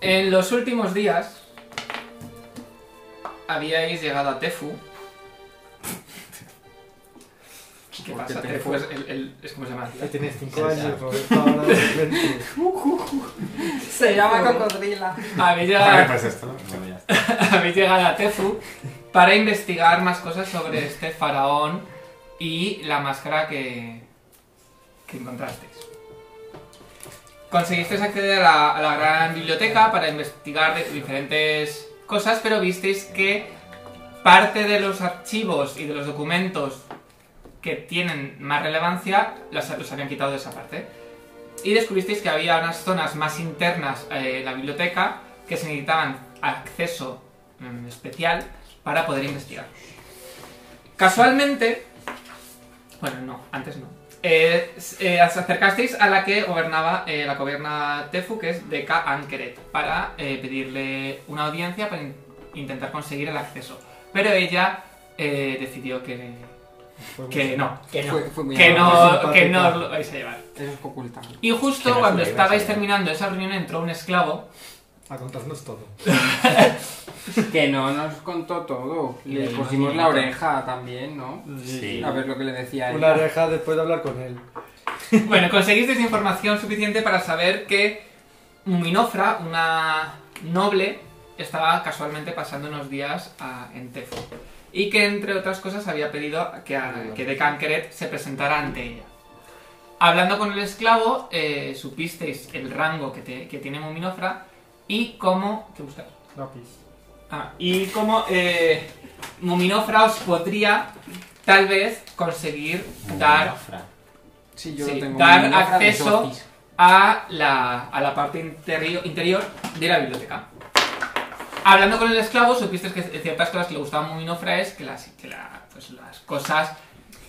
En los últimos días habíais llegado a Tefu. ¿Qué ¿Por qué pasa? Tefu? Tefu es el, el- es como se llama. Ya tienes 5 Sensa. años, Roberto, ahora de repente. Se llama cocodrila. Habéis ¿Para qué llegado, pasa Pues esto? Bueno, ya está. habéis llegado a Tefu para investigar más cosas sobre este faraón y la máscara que, que encontrasteis. Conseguisteis acceder a la, a la gran biblioteca para investigar de- diferentes cosas, pero visteis que parte de los archivos y de los documentos que tienen más relevancia las- los habían quitado de esa parte. Y descubristeis que había unas zonas más internas eh, en la biblioteca que se necesitaban acceso mm, especial para poder investigar. Casualmente, bueno, no, antes no. Eh, s- eh, os acercasteis a la que gobernaba eh, la gobierna Tefu, que es Deka Ankeret, para eh, pedirle una audiencia para in- intentar conseguir el acceso. Pero ella eh, decidió que, Fue muy- que no, Que no. Fue, fue muy que no, simpática. que no os lo vais a llevar. Tenemos que ocultar. Y Que justo no cuando se lo ibas a estabais llevar. terminando esa reunión entró un esclavo. A contarnos todo. Que no nos contó todo. Le Sí, pusimos sí. la oreja también, ¿no? Sí. A ver lo que le decía Una ella. oreja después de hablar con él. Bueno, conseguisteis información suficiente para saber que Minofra, una noble, estaba casualmente pasando unos días a- en Tefo. Y que, entre otras cosas, había pedido que, a, que de Cankeret se presentara ante ella. Hablando con el esclavo, eh, supisteis el rango que, te- que tiene Minofra y cómo... ¿Qué buscas? Lápiz. Ah, y como eh, Muminofra os podría tal vez conseguir dar Fran. Sí, yo sí, tengo dar mi oreja de acceso. socis. a la, a la parte interi- interior de la biblioteca. Hablando con el esclavo, supiste que ciertas cosas que le gustaban muy Minofra es que las, que la- pues las cosas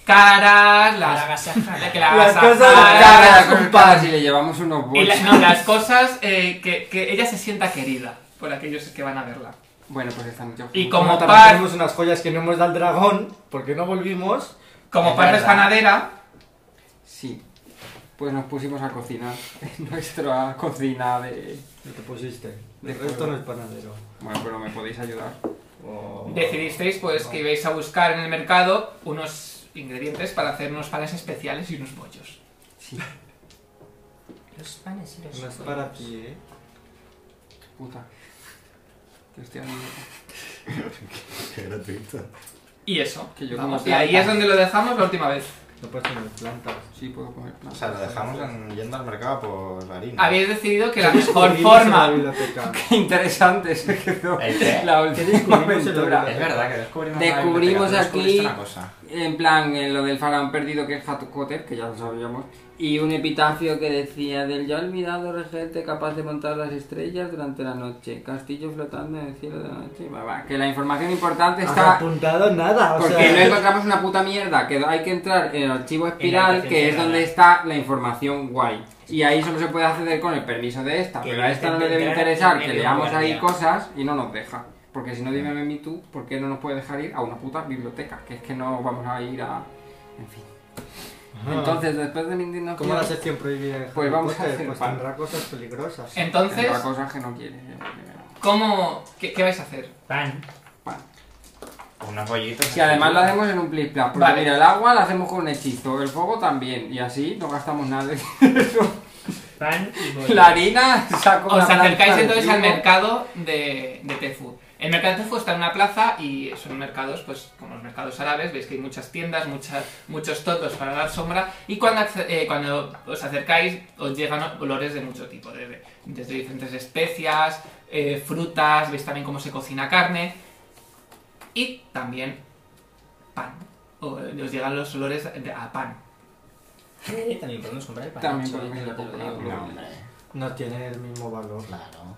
caras, La las, agasaja. que Las cosas agasajaran, Cara, las- compadre, si le llevamos unos y la- bolsos. no, las cosas eh, que, que ella se sienta querida por aquellos que van a verla. Bueno, pues esta noche. Y jugamos. como también par- tenemos unas joyas que no hemos dado al dragón, porque no volvimos. Como Es parte verdad. panadera, Sí. Pues nos pusimos a cocinar en nuestra cocina de. No te pusiste. De El resto fuego. no es panadero. Bueno, pero me podéis ayudar. Oh. decidisteis pues que ibais a buscar en el mercado unos ingredientes para hacer unos panes especiales y unos bollos. Sí, Los panes y los No es bollos. para ti, eh. puta. Que estoy hablando. Qué gratuito. Y eso. Que yo Vamos, como y ahí plantas. es donde lo dejamos la última vez. No puedes tener plantas. Sí, puedo comer O plantas. sea, lo dejamos en- yendo al mercado por harina. Habéis decidido que la mejor Volvimos a la forma biblioteca. Qué interesante se quedó ¿El qué? la última descubrimos en la aventura. Es verdad que descubrimos. Descubrimos la biblioteca, tú descubriste aquí- Una cosa. En plan, en lo del faraón perdido que es Hatukoter, que ya lo sabíamos, y un epitafio que decía del ya olvidado regente capaz de montar las estrellas durante la noche, castillo flotando en el cielo de la noche, va, va, que la información importante Has está... apuntado nada, o Porque sea. no encontramos una puta mierda, que hay que entrar en el archivo espiral, que es central. donde está la información guay. Y ahí solo se puede acceder con el permiso de esta, Que pero a esta no le debe intenta entrar interesar en que el leamos lugar ahí ya. Mm. cosas y no nos deja. Porque si no, dime a mí tú, ¿por qué no nos puede dejar ir a una puta biblioteca? Que es que no vamos a ir a... En fin. Ajá. Entonces, después de indignación... Como la sección prohibida en Pues vamos a Harry Potter, hacer pues pan. tendrá cosas peligrosas. Entonces, Tendrá cosas que no quiere. eh, ¿cómo, qué, qué vais a hacer? Pan. Bueno. Unos bollitos. Si además lo hacemos en un plis plas, porque Vale. mira, el agua la hacemos con un hechizo, el fuego también, y así no gastamos nada de Pan y bollos. La harina saco Os una acercáis planta de entonces al trigo. mercado de, de Tefu. El mercado de Tefu está en una plaza y son mercados, pues como los mercados árabes, veis que hay muchas tiendas, muchas, muchos totos para dar sombra y cuando, acce- eh, cuando os acercáis os llegan olores de mucho tipo, desde, desde diferentes especias, eh, frutas, veis también cómo se cocina carne y también pan. O, eh, os llegan los olores de- a pan. Eh, También podemos comprar el pan. También Solo podemos que ir a no te lo comprar. digo. No, hombre. No tiene el mismo valor. Claro.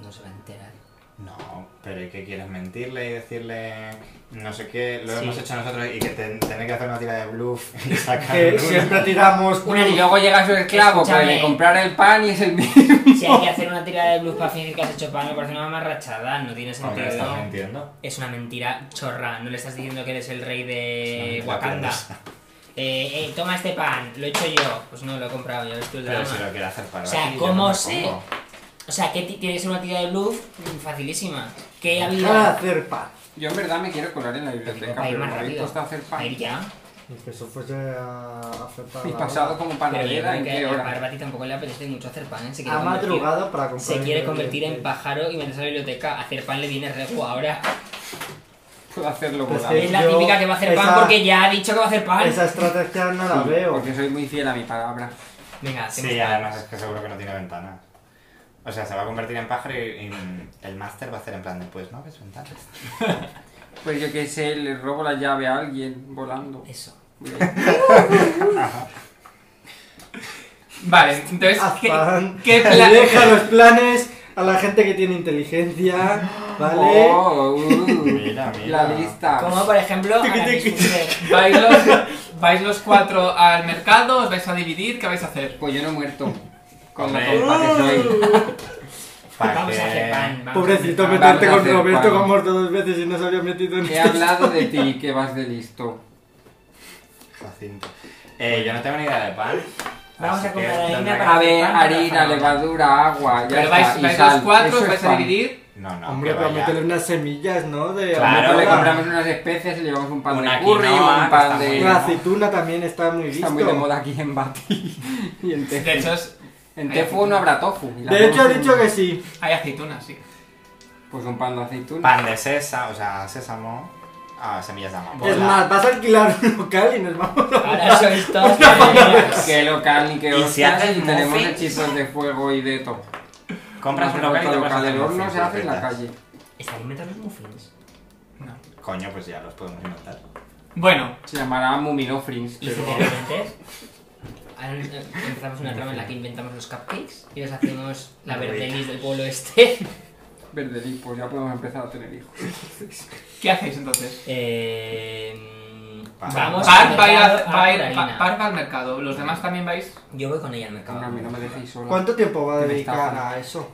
No se va a enterar. No, pero ¿y qué quieres? ¿Mentirle y decirle no sé qué? Lo Sí. hemos hecho nosotros y que te, tener que hacer una tira de bluff y sacar. Que una. siempre tiramos Una Y luego llega su esclavo para Escúchame. le comprar el pan y es el mismo. Si hay que hacer una tira de blues para fingir que has hecho pan, me parece una mamarrachada. No tiene Hombre, estás sentido. mintiendo. Es una mentira chorra. No le estás diciendo que eres el rey Es de una mentira Wakanda. peligrosa. Eh, eh, toma este pan, lo he hecho yo. Pues no, lo he comprado yo, esto es Pero si drama. lo quiere hacer para O sea, ti, yo ¿cómo no me sé? pongo. O O sea, que ti- tiene que ser una actividad de luz mm, facilísima. ¿Qué Para habilidad? hacer paz. Yo en verdad me quiero colar en la biblioteca, Para ir pero más me habéis rápido. puesto a hacer A pan. ir ya. Y que eso fuese a hacer para Y la pasado hora. como Pero yo panadera, creo ¿en que qué a hora? Parvati tampoco le apetece mucho hacer pan. ¿eh? Se quiere A convertir- madrugada para comprar. Se quiere convertir en ingredientes. pájaro y meterse a la biblioteca. Hacer pan le viene re guau ahora. Puedo hacerlo Pues volar. sí. Es la Yo- típica que va a hacer pan esa- porque ya ha dicho que va a hacer pan. Esa estrategia no la veo. Porque soy muy fiel a mi palabra. Venga, hacemos Sí, pan. además es que seguro que no tiene ventanas. O sea, se va a convertir en pájaro y, y el máster va a hacer en plan de, pues no ves ventanas. Pues yo qué sé, le robo la llave a alguien volando. Eso. Vale, entonces, Haz ¿qué, pan. qué pla- Deja los planes a la gente que tiene inteligencia, ¿vale? Oh, uh, Mira, mira. La lista. Como por ejemplo, Tiki, ahora tiki. mismo que- ¿Vais los, vais los cuatro al mercado? ¿Os vais a dividir? ¿Qué vais a hacer? Pues yo no he muerto. Con la Hombre. copa que Uh. soy. Pa' vamos a hacer que- pan. vamos Pobrecito, a hacer pan. Vamos meterte a con hacer Roberto pan. que ha muerto dos veces y no se había metido en este- He hablado de ti, que vas de listo. Jacinto. Eh, yo no tengo ni idea de pan. Vamos así a que comprar harina tendré que- para- A ver, harina, levadura, agua, ya Pero está, vais, y vais sal. los cuatro, Eso os es vais a pan. dividir. No, no, Hombre, que para vaya. meterle unas semillas, ¿no? De Claro, Luego le almendra. compramos unas especias y le llevamos un pan Una de curry, quinoa, un pan que está de... muy La aceituna también está muy visto. Está muy de moda aquí en Bati. y en De hecho, Tefu. es- En Tefu no habrá tofu. y la De hecho, ha tofu- dicho que sí. hay aceitunas, sí. Pues un pan de aceituna. Pan de sésamo, o sea, sésamo. Ah, semillas de amapola. Es más, vas a alquilar un local y nos vamos. Ahora sois todos panaderos. Que local ni que Y si hostias, haces y tenemos muffins. hechizos de fuego y de todo. Compras un Hacemos local y todo te puedes local hacer del horno muffins se hace en la fritas. calle. ¿Están inventando los muffins? No. Coño, pues ya los podemos inventar. Bueno, Se llamará Muminofrins. ¿Y si te metes? Ahora eh, empezamos una trama en la que inventamos los cupcakes y les hacemos la verdelis del pueblo este. Verde pues ya podemos empezar a tener hijos. ¿qué hacéis entonces? Eh, Par. vamos al Par va a ir, mercado a- va a ir- por harina. pa- Par va al mercado. ¿Los demás también vais? Yo voy con ella al Ah. mercado. Venga, a mí no me dejéis sola. ¿Cuánto tiempo va a Me dedicar está- a eso?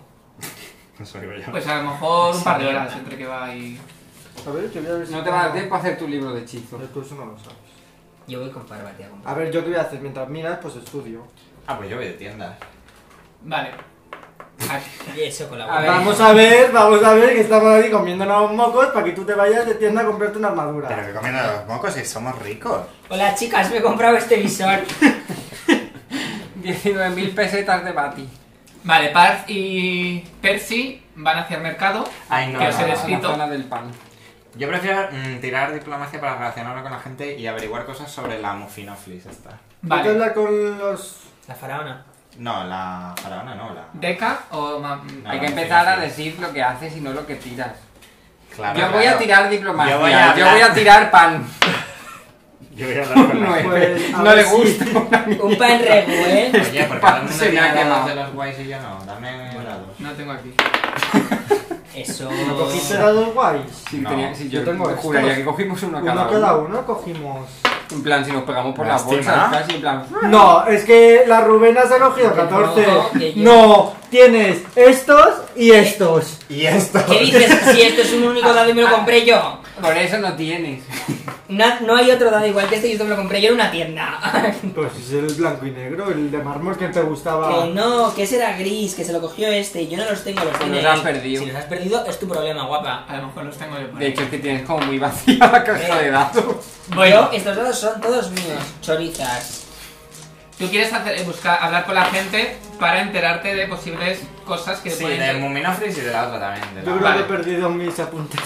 Eso digo yo. Pues a lo mejor un par de horas entre que va y... A ver, yo voy a ver si No te va a dar tiempo a hacer tu libro de hechizos. Pero tú eso no lo sabes. Yo voy con Parvati a comprar. A ver, yo qué voy a hacer. Mientras miras, pues estudio. Ah, pues yo voy de tiendas. Vale. Aquí. Y eso con la A ver. Vamos a ver, vamos a ver que estamos aquí comiéndonos mocos para que tú te vayas de tienda a comprarte una armadura. Pero que comiendo los mocos y somos ricos. Hola chicas, me he comprado este visor. 19.000 pesetas de Bati. Vale, Parth y Percy van hacia el mercado. Ay, no, Que no, os he no, no. la descrito. zona del pan. Yo prefiero mm, tirar diplomacia para relacionarme con la gente y averiguar cosas sobre la mufinoflis esta. Vete a Vale. hablar con los... La faraona. No, la faraona no, la... ¿Deca o... ma- No, Hay que no, empezar sí, a sí. decir lo que haces y no lo que tiras. Claro, yo voy claro. a tirar diplomacia, Yo yo voy voy a a, hablar. tirar pan. Yo voy a hablar con No, la... es- Pues, a no le ver si- gusta. Un pan regu, ¿eh? Oye, porque todo el mundo Se me ha tiene quemado. dados de los guays y yo no. Dame dados. No tengo aquí. Eso. ¿No cogiste dados guays? Sí, No. tenía- sí, yo, Yo tengo juraría estos. que cogimos uno cada Uno uno. cada uno cogimos... En plan, si nos pegamos por las Lástima. bolsas, casi en plan... Ah. No, es que la Rubena se ha cogido 14. No, que yo- No, tienes estos y estos. Y esto... ¿Qué dices? Si esto es un único dado y me lo compré yo. Por eso no tienes. No, no hay otro dado igual que este y esto me lo compré yo en una tienda. Pues es el blanco y negro, el de mármol que te gustaba. Que no, que ese era gris, que se lo cogió este y yo no los tengo, los Que tiene los has él. perdido. Si los has perdido es tu problema, guapa. A lo mejor los tengo yo por De ahí. hecho, es que tienes como muy vacía la caja de datos. Yo, Bueno, estos dados son todos míos, chorizas. tú quieres hacer- eh, buscar, hablar con la gente para enterarte de posibles cosas que Sí, pueden... de Muminofris y de la otra también. de la- Yo creo Vale. que he perdido mis apuntes.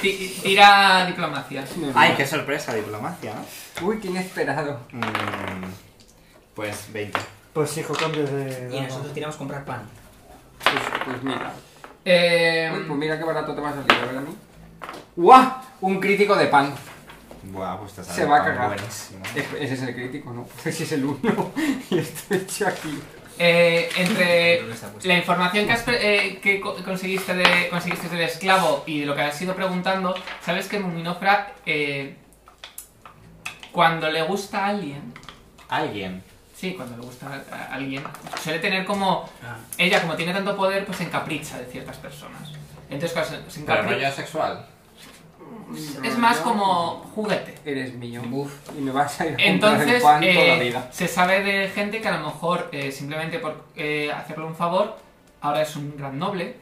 Ti- Tira diplomacia. Ay, qué sorpresa, diplomacia, ¿no? Uy, qué inesperado. Mm, Pues 20. Pues hijo, cambios de... Y nosotros queríamos comprar pan. Pues, pues mira. Eh, Mm. Uy, pues mira qué barato te va a salir, a ver a mí. ¡Guau! Un crítico de pan. Buah, pues te sale Se va a tan cagar. Buenísimo. Es- Ese es el crítico, ¿no? Ese es el uno. Y este estoy hecho aquí. eh, entre No está puesto. la información que, has pre- eh, que co- conseguiste, de, conseguiste del esclavo y de lo que has ido preguntando, sabes que Muminofra, eh, cuando le gusta a alguien, Alguien. sí, cuando le gusta a a alguien, suele tener como. Ella, como tiene tanto poder, pues se encapricha de ciertas personas. Entonces, claro, se- se Pero encapricha. rollo sexual. Es más como juguete. Eres mío. Y me vas a ir a comprar el Entonces, pan toda eh, la vida. se sabe de gente que a lo mejor eh, simplemente por eh, hacerle un favor ahora es un gran noble,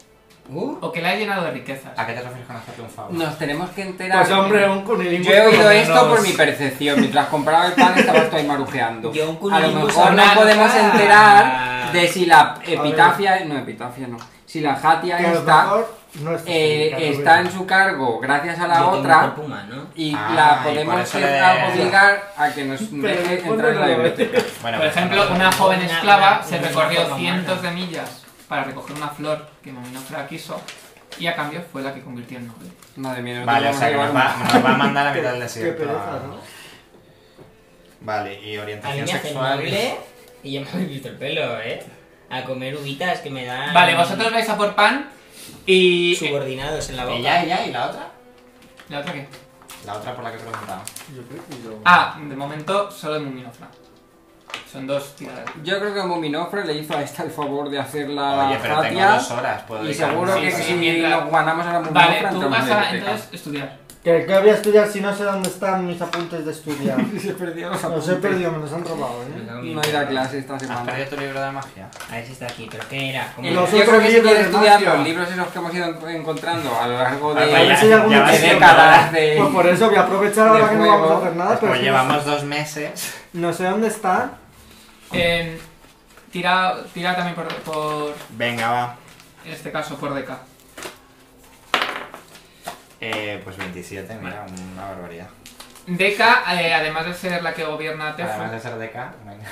Uh, o que la ha llenado de riquezas. Ah, ¿A qué te refieres con hacerte un favor? nos tenemos que enterar. Pues hombre, un cunilingus. Yo he por lo oído esto menos. por mi percepción. Mientras compraba el pan estabas tú ahí marujeando. a Yo un lo cunilingus mejor nos hablando. podemos enterar de si la ver. epitafia... No, epitafia no. Si la Hatia Que a lo está, mejor no es eh, justificado, está en pero- su cargo gracias a Yo la tengo un otra cuerpo humano. y Ah, la y por podemos eso le- obligar a que nos Pero deje después entrar en la no lo ve. biblioteca. Bueno, Por pues, ejemplo, no, una joven Una- esclava una- se una recorrió foto cientos humana. de millas para recoger una flor que Mominofra quiso y a cambio fue la que convirtió en noble. Madre mía, nos Vale, o vamos a sea que llevar nos un- va, nos va a mandar a Qué- mitad del qué desierto. pereza, a- ¿no? Vale, y A mí orientación me hacen sexual. noble y yo me he visto el pelo, ¿eh? A comer uvitas que me dan... Vale, vosotros vais a por pan y... eh, Subordinados en la boca. Ella, ella, ¿y la otra? ¿La otra qué? La otra por la que he preguntado. Yo creo que yo- Ah, de momento solo de Mominofra. Son dos tiradas. Yo creo que Mominofre le hizo a esta el favor de hacer la Oye, pero tengo Hatia, dos horas, puedo Ah, Y dedicarme seguro un que sí, rato. si mientras- nos ganamos a la Mominofre Vale, tú entramos vas en la a biblioteca. entonces estudiar. Que que voy a estudiar si no sé dónde están mis apuntes de estudiar. Se perdió los Los he apuntes. perdido, me los han robado, Me ¿eh? cago en No mi- irá a clase esta ¿Has semana. perdido tu libro de magia? A ver si está aquí, pero ¿qué era? ¿Cómo Eh, era? Los yo creo otros que si libros quieres de estudiar magia. los libros esos que hemos ido en- encontrando a lo largo Ah, vaya, de, ver si hay algún ya va de siendo décadas hora. de... Pues por eso voy a aprovechar ahora que no juego. vamos a hacer nada, Pues pero como es que llevamos dos meses. no sé dónde están. Eh, tira, tira también por, por... Venga, va. En este caso por DK. Eh, pues 27, mira, una barbaridad. Deca, eh, además de ser la que gobierna Tefu, Además de ser de K, venga.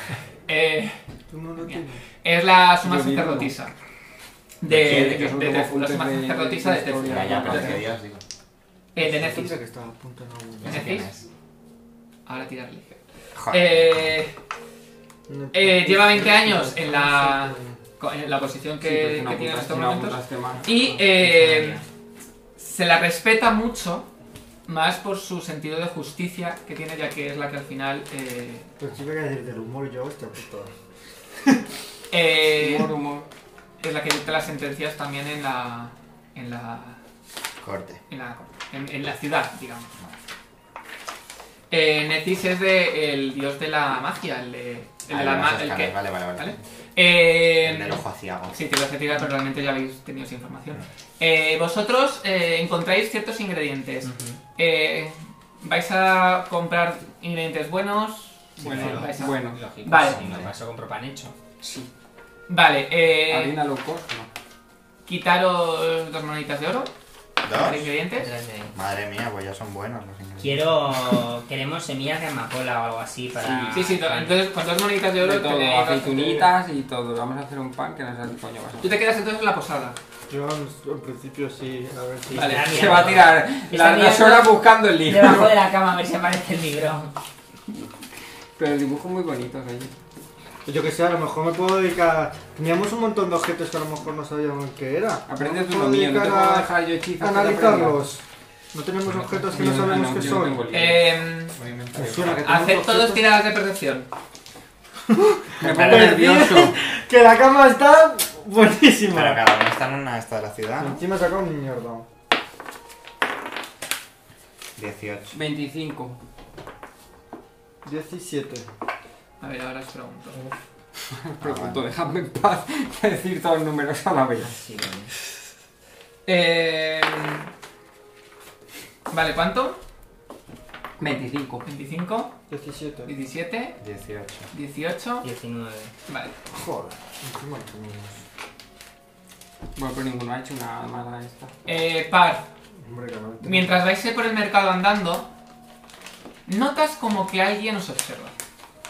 eh, Tú no lo tienes. es la suma Yo mismo. sacerdotisa. Sí, De, de, que son de Tefu, como la apuntes suma de- sacerdotisa de de Tefu. historia. Ya, ya, pero es que Dios, digo. Eh, de Yo creo Nefis. que estaba a punto en algún No sé quién es. Ahora tira religión. Joder. Eh, No- eh, lleva 20 años en la, en la posición que, que tiene en estos momentos. este Y eh, se la respeta mucho, más por su sentido de justicia que tiene, ya que es la que al final... eh, Pues sí, voy a decir del humor yo, hostia puta. eh, Humor, humor. es la que dicta las sentencias también en la... En la Corte. en la, en- en la ciudad, digamos. Eh, Netis es de, el dios de la magia, el de, el de Ahí la vas, ma- el Oscar, que- Vale, vale, vale. ¿Vale? Eh, El del ojo aciago. Sí, te lo hace tirar, pero realmente ya habéis tenido esa información. Eh, vosotros eh, encontráis ciertos ingredientes. Eh, ¿Vais a comprar ingredientes buenos? Bueno, vais a- bueno. Lógico, Vale. Si lo paso compro pan hecho. Sí. Vale, eh, Harina low cost, no. quitaros dos moneditas de oro para ¿Dos? ingredientes. Detrás de ahí. Madre mía, pues ya son buenos los ingredientes. Quiero... Queremos semillas de amapola o algo así para... Sí, sí, do- entonces con dos moneditas de oro De todo, tenéis bastante aceitunitas y todo. Vamos a hacer un pan que no sé el coño va bien. a ser. Tú te quedas entonces en la posada. Yo en en principio sí, a ver si. Vale. Está Se va a tirar Está las dos mirando horas buscando el libro. Debajo de la cama a ver si aparece el libro. Pero el dibujo es muy bonito, oye. Pues Yo que sé, a lo mejor me puedo dedicar. Teníamos un montón de objetos que a lo mejor no sabíamos qué era. Aprende Me tú puedo lo mío, no te dedicar puedo a dejar yo hechizos. que te aprendas. Analizarlos. No tenemos objetos que no Yo- sabemos ah, Pues no, qué yo no tengo son. libro. Eh, Voy a inventar Me yo. suena que tenemos haced todos objetos- tiradas de percepción. Me pongo Pero- nervioso. Que la cama está buenísima. Pero cada uno está en una esta de la ciudad, ¿no? Encima he sacado un mierda. 18. 25. 17. A ver, ahora os pregunto. Pregunto, dejadme en paz de decir todos los números a la vez. Sí, vale. Eh, vale, ¿cuánto? 25. 25, 17. 17, 18. 18. 19. Vale. Joder. Encima lo tenemos. Bueno, pero ninguno ha hecho una mala esta. Eh, par, Hombre, que no lo tenemos. mientras vais por el mercado andando, notas como que alguien os observa.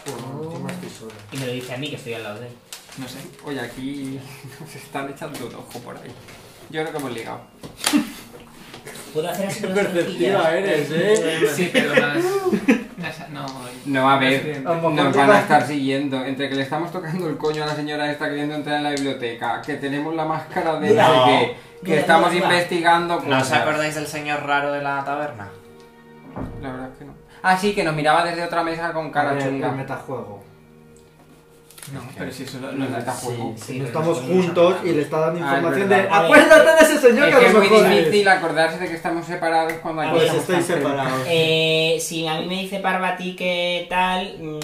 Joder, encima estoy sola. Y me lo dice a mí que estoy al lado de él. No sé. Oye, aquí nos están echando un ojo por ahí. Yo creo que hemos ligado. Puedo hacer así con las Perceptiva costillas. eres, eh. Sí, pero no es. No, es- no, No, a ver. es bien. A lo mejor Nos te van a vas- estar siguiendo. Entre que le estamos tocando el coño a la señora esta queriendo entrar en la biblioteca, que tenemos la máscara de no sé No. qué, que Duda, estamos duda. investigando. Ah, ¿No cosas. os acordáis del señor raro de la taberna? La verdad es que no. Ah, sí, que nos miraba desde otra mesa con cara A ver, El chunga. metajuego. No, pero si eso lo, No, lo- no está juego. Sí, No pero estamos nosotros nos juntos hablamos. y le está dando Ah, es información de. verdad. ¡Acuérdate de ese señor Es que que es no muy me jodes! difícil acordarse de que estamos separados cuando aquí Pues estamos estoy tan cerca. separado. Eh, si a mí me dice Parvati que tal, mm,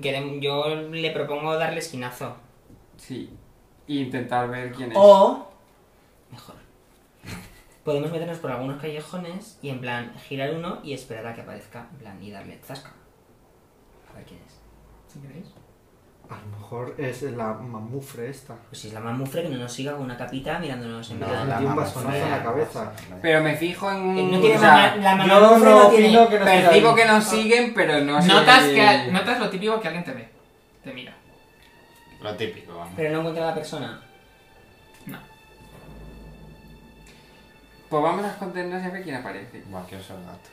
querem- yo le propongo darle esquinazo. Sí. e intentar ver quién es. Oh. O Mejor. Podemos meternos por algunos callejones y en plan girar uno y esperar a que aparezca, en plan, y darle zasca. A ver quién es. Si queréis. a lo mejor es la mamufre esta. Pues si es la mamufre que no nos siga con una capita mirándonos en plan. la mamá un bastonazo fue en la la cabeza. mamá. Pero me fijo en... Eh, No tiene o sea, mama- la Mm, yo mamufre no no tiene. opino que no sea Percibo ahí. que nos siguen, pero no sé... Notas, que, al- notas lo típico que alguien te ve. Te mira. Lo típico, vamos. Pero no encuentra a la persona. No. Pues vamos a escondernos y a ver quién aparece. Buah, qué oso el gato.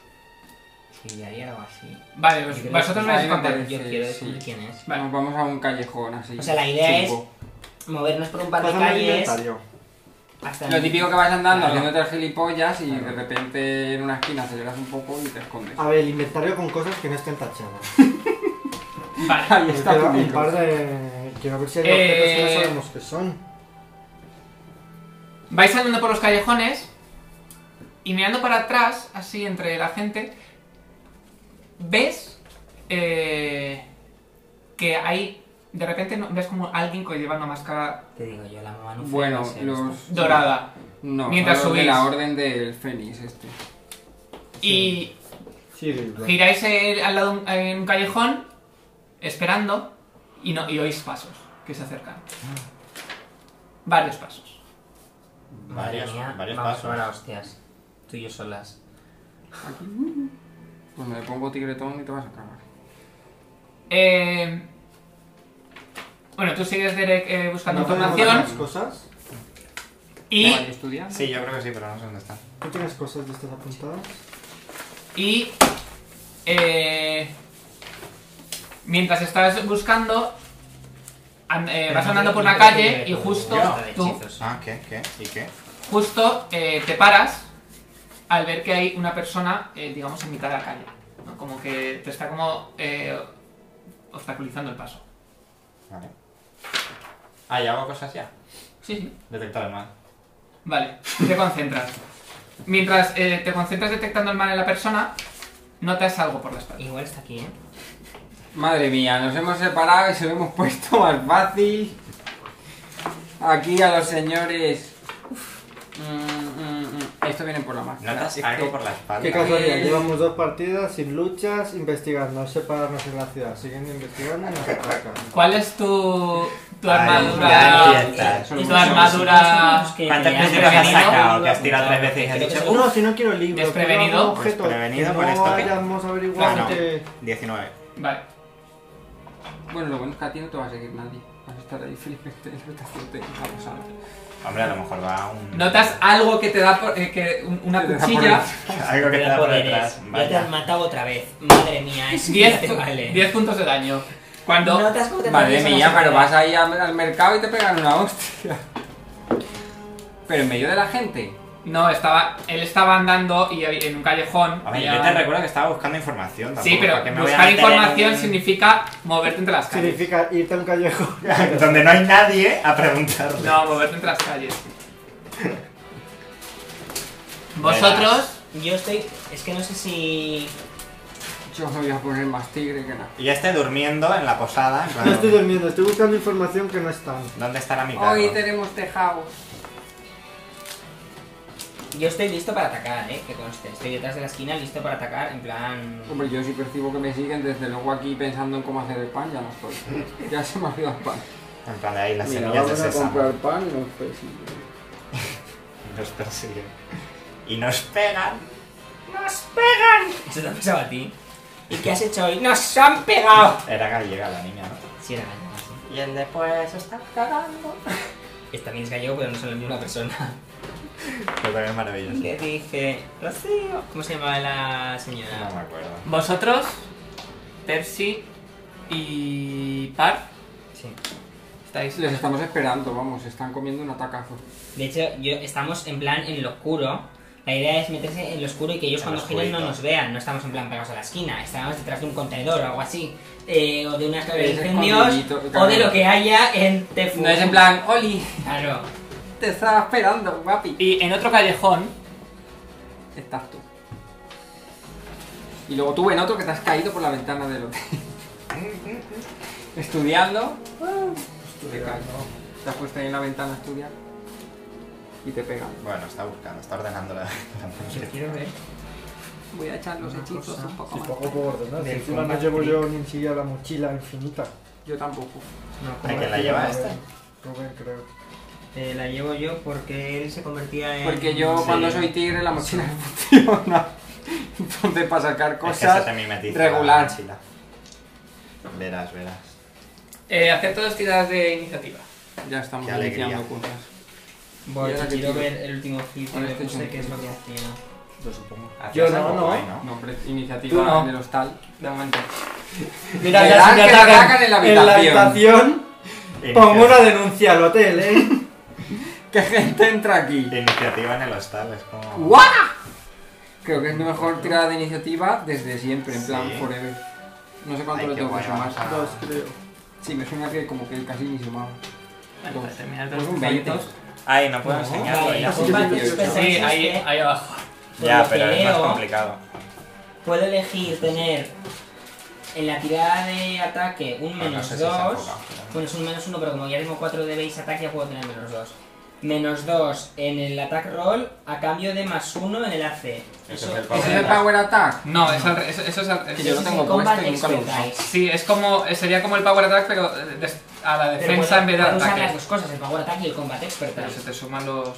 Sí, ya haría algo así. Vale, Pues Yo os- creo vosotros que- vais a Ahí me esconder. parece. Yo quiero descubrir sí. quién es. Vale. Nos vamos a un callejón así. O sea, la idea chungo. Movernos por un par de Pásame el calles. inventario. Hasta Lo típico que vas andando Claro. haciéndote el gilipollas y de repente en una esquina aceleras un poco y te escondes. A ver, el inventario con cosas que no estén tachadas. Vale. Ahí está Pero tu un par micro. de... Quiero ver si hay Eh, objetos que no sabemos qué son. Vais andando por los callejones y mirando para atrás, así entre la gente, ves eh, que hay. De repente no- ves como alguien que lleva una máscara Te digo yo, la mamá no Bueno, no sé, los... dorada. No, Mientras los de subís. la orden del Fénix este. Y Sí, Gilbert. Giráis eh, al lado de un- en un callejón, esperando, y, no, y oís pasos que se acercan. Ah. Varios pasos. Madre Varios- mía, varios vamos pasos. a dar a hostias. Tú y yo solas. Pues me pongo tigretón y te vas a acabar. Eh, bueno, tú sigues Derek, eh, buscando ¿No tenemos información más cosas? y, ¿Vale, estudiar? Sí, yo creo que sí, pero no sé dónde está. ¿Tú tienes cosas de estas apuntadas? y eh, mientras estás buscando, an- eh, vas andando por la calle y justo tú, Ah, ¿qué? ¿Qué? ¿Y qué? justo eh, te paras al ver que hay una persona, eh, digamos, en mitad de la calle. ¿no? Como que te está como eh, obstaculizando el paso. Vale. Ah, ¿y hago cosas ya? Sí, sí. Detectar el mal. Vale, te concentras. Mientras eh, te concentras detectando el mal en la persona, notas algo por la espalda. Igual está aquí, ¿eh? Madre mía, nos hemos separado y se lo hemos puesto más fácil. Aquí a los señores. Mm, mm, mm. Esto viene por la máscara. ¿Notas Es algo que- por la espalda? Qué casualidad, Eh. llevamos dos partidas sin luchas, investigando, separarnos en la ciudad, siguen investigando y nos atacan. ¿Cuál es tu, tu Ay, armadura? ya empiezas. tu armadura. Somos que ¿Cuántas tenías veces me has prevenido? sacado? Que has tirado tres veces y has Creo que dicho, somos- No, si no quiero libros, Desprevenido. quiero algún objeto Desprevenido que por no esto que- hayamos Ah, averiguado no. que... 19. Vale. Bueno, lo bueno es que a ti no te va a seguir nadie. Vas a estar ahí felizmente en la habitación de la posada. Hombre, a lo mejor va un... Notas algo que te da por- eh, que un- una Te deja por cuchilla. Algo que te da por Poderes. detrás. Ya te Vale. han matado otra vez. Madre mía, es que ya 10 te vale. puntos de daño. Cuando. No te has como te Madre atraviesan mía, las pero caderas. vas ahí al, al mercado y te pegan una hostia. Pero en medio de la gente. No, estaba. Él estaba andando y había- en un callejón. A ver, y yo te había- recuerdo que estaba buscando información tampoco. Sí, pero ¿para qué me voy a buscar meter en información un- significa moverte entre las calles. Significa irte a un callejón. Donde no hay nadie a preguntarle. No, moverte entre las calles. Vosotros. Yo estoy. Es que no sé si. Yo me voy a poner más tigre que nada. Y ya estoy durmiendo en la posada. en plan, No estoy durmiendo, estoy buscando información que no está. ¿Dónde estará mi Hoy carro? tenemos tejados. Yo estoy listo para atacar, eh. Que conste. Estoy detrás de la esquina listo para atacar. En plan. Hombre, yo sí percibo que me siguen, desde luego aquí pensando en cómo hacer el pan, ya no estoy. Ya se me ha ido el pan. En plan, de ahí las semillas de sésamo. pan y los pesillos. Nos persiguen. Y nos pegan. ¡Nos pegan! Eso te ha pasado a ti. ¿Y qué has hecho hoy? ¡Nos han pegado! Era gallega la niña, ¿no? Sí, era gallego, sí. Y el de pues está cagando. Es- También es gallego, pero no son la misma persona. Pero también es maravilloso. Le dije. Rocío. ¿Cómo se llamaba la señora? No me acuerdo. Vosotros. Percy y. Par. Sí. Estáis. Les estamos esperando, vamos, están comiendo un atacazo. De hecho, yo, estamos en plan en lo oscuro. La idea es meterse en lo oscuro y que ellos En cuando lo giren no oscurito. nos vean. No estamos en plan pegados a la esquina. Estamos detrás de un contenedor o algo así. Eh, o de unas torres de Es incendios. escondidito, O claro. de lo que haya en Tefu. No es en plan, Oli, Claro. te estaba esperando, papi. Y en otro callejón. Estás tú. Y luego tú en otro que te has caído por la ventana del hotel. Estudiando. Te caes. Te has puesto ahí en la ventana a estudiar y te pega. Bueno, está buscando, está ordenando la, la Yo mochila. quiero ver. Voy a echar los Una hechizos cosa. un poco Si más. poco puedo ordenar, si Del encima no combat llevo trick. yo ni siquiera la mochila infinita. Yo tampoco. No, ¿Hay como que la decía, lleva Ah, Rubén, esta? Rubén, creo. eh, la llevo yo porque él se convertía en. Porque yo Sí. cuando soy tigre la mochila no funciona. Entonces para sacar es que se cosas te mimetiza regular. la mochila. Verás, verás. Eh, hacer todas tiradas de iniciativa. ya estamos Qué alegría. iniciando cosas. Voy, Yo la que quiero tiro. ver el último hit Con que este le puse, chungo. que es lo que hacía. Lo supongo. Yo no, no. No, hombre, iniciativa Tú no. en el hostal. De momento. Mira, Verás ya si me que te atacan atacan en la en la habitación. habitación, pongo una denuncia al hotel, ¿eh? ¿Qué gente entra aquí? Iniciativa en el hostal, es como... ¡Guau! Creo que es mi mejor tirada de iniciativa desde siempre, en plan Sí. forever. No sé cuánto Ay, le qué tengo que guay, sumar. vamos a- Dos, creo. Sí, me suena que como que casi ni sumaba. Vale, para terminar Pues todos los un 20. fallitos. Ay, no puedo Ah, enseñarlo. Vale, ya. los combats 18. Sí, pensáis ahí, este. que ahí abajo. ah, por Ya, lo que pero es más leo, complicado. Puedo elegir tener en la tirada de ataque un Pues no menos sé si se ha 2. enfocado, pero- bueno, es un menos 1, pero como ya tengo 4 de base ataque, ya puedo tener menos 2. Menos 2 en el attack roll a cambio de más 1 en el AC. Ese es el power ¿Ese es el power attack? No, es al re- eso, eso es al Que revés. yo lo Ese es tengo el combat puesto y nunca lo he expert usado. dice. Sí, es como. Sería como el power attack, pero eh, des- a la Pero defensa puedo- en vez de puedo usar las ataque. dos cosas, el power attack y el combat expert. Pero se te suman los. Los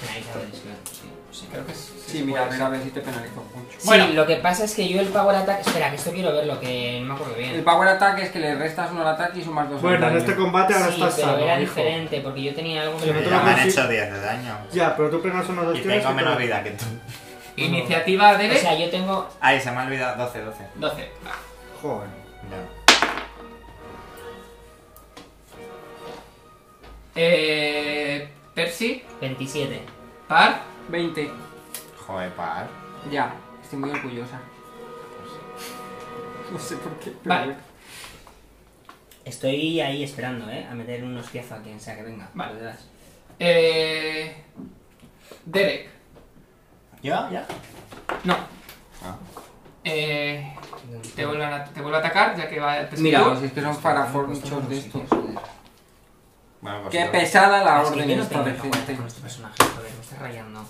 penalizadores, claro. Sí, sí. Creo que sí. Sí, mira, a ver, a ver si te penalizo mucho. Sí, Bueno. lo que pasa es que yo el power attack. Espera, que esto quiero verlo, que no me acuerdo bien. El power attack es que le restas uno al ataque y sumas dos al Bueno, en daño. este combate ahora sí, estás pero sano, era hijo. diferente, porque yo tenía algo que Pero me tú Ya lo me han consigues. hecho 10 de daño. Ya, pero tú pegas unos dos Y tiros tengo te menos da. vida que tú. Iniciativa O de sea, yo tengo. Ay, se me ha olvidado. 12, 12. 12. Joder. Ya. Eh, Percy, 27. par. 20. Joder, par. Ya, estoy muy orgullosa. No sé por qué, pero Vale. bueno. Estoy ahí esperando, ¿eh? A meter unos piezas a quien sea que venga. Vale. Lo verás. Eh, Derek. ¿Yo? ¿Ya? No. Ah. Eh, te, vuelvo a, te vuelvo a atacar, ya que va el Mira, pescador. si es que son parafor muchos de estos. Bueno, pues Qué yo- pesada la Es que orden yo no esta tengo de que jugar gente. con este personaje, joder, me está rayando.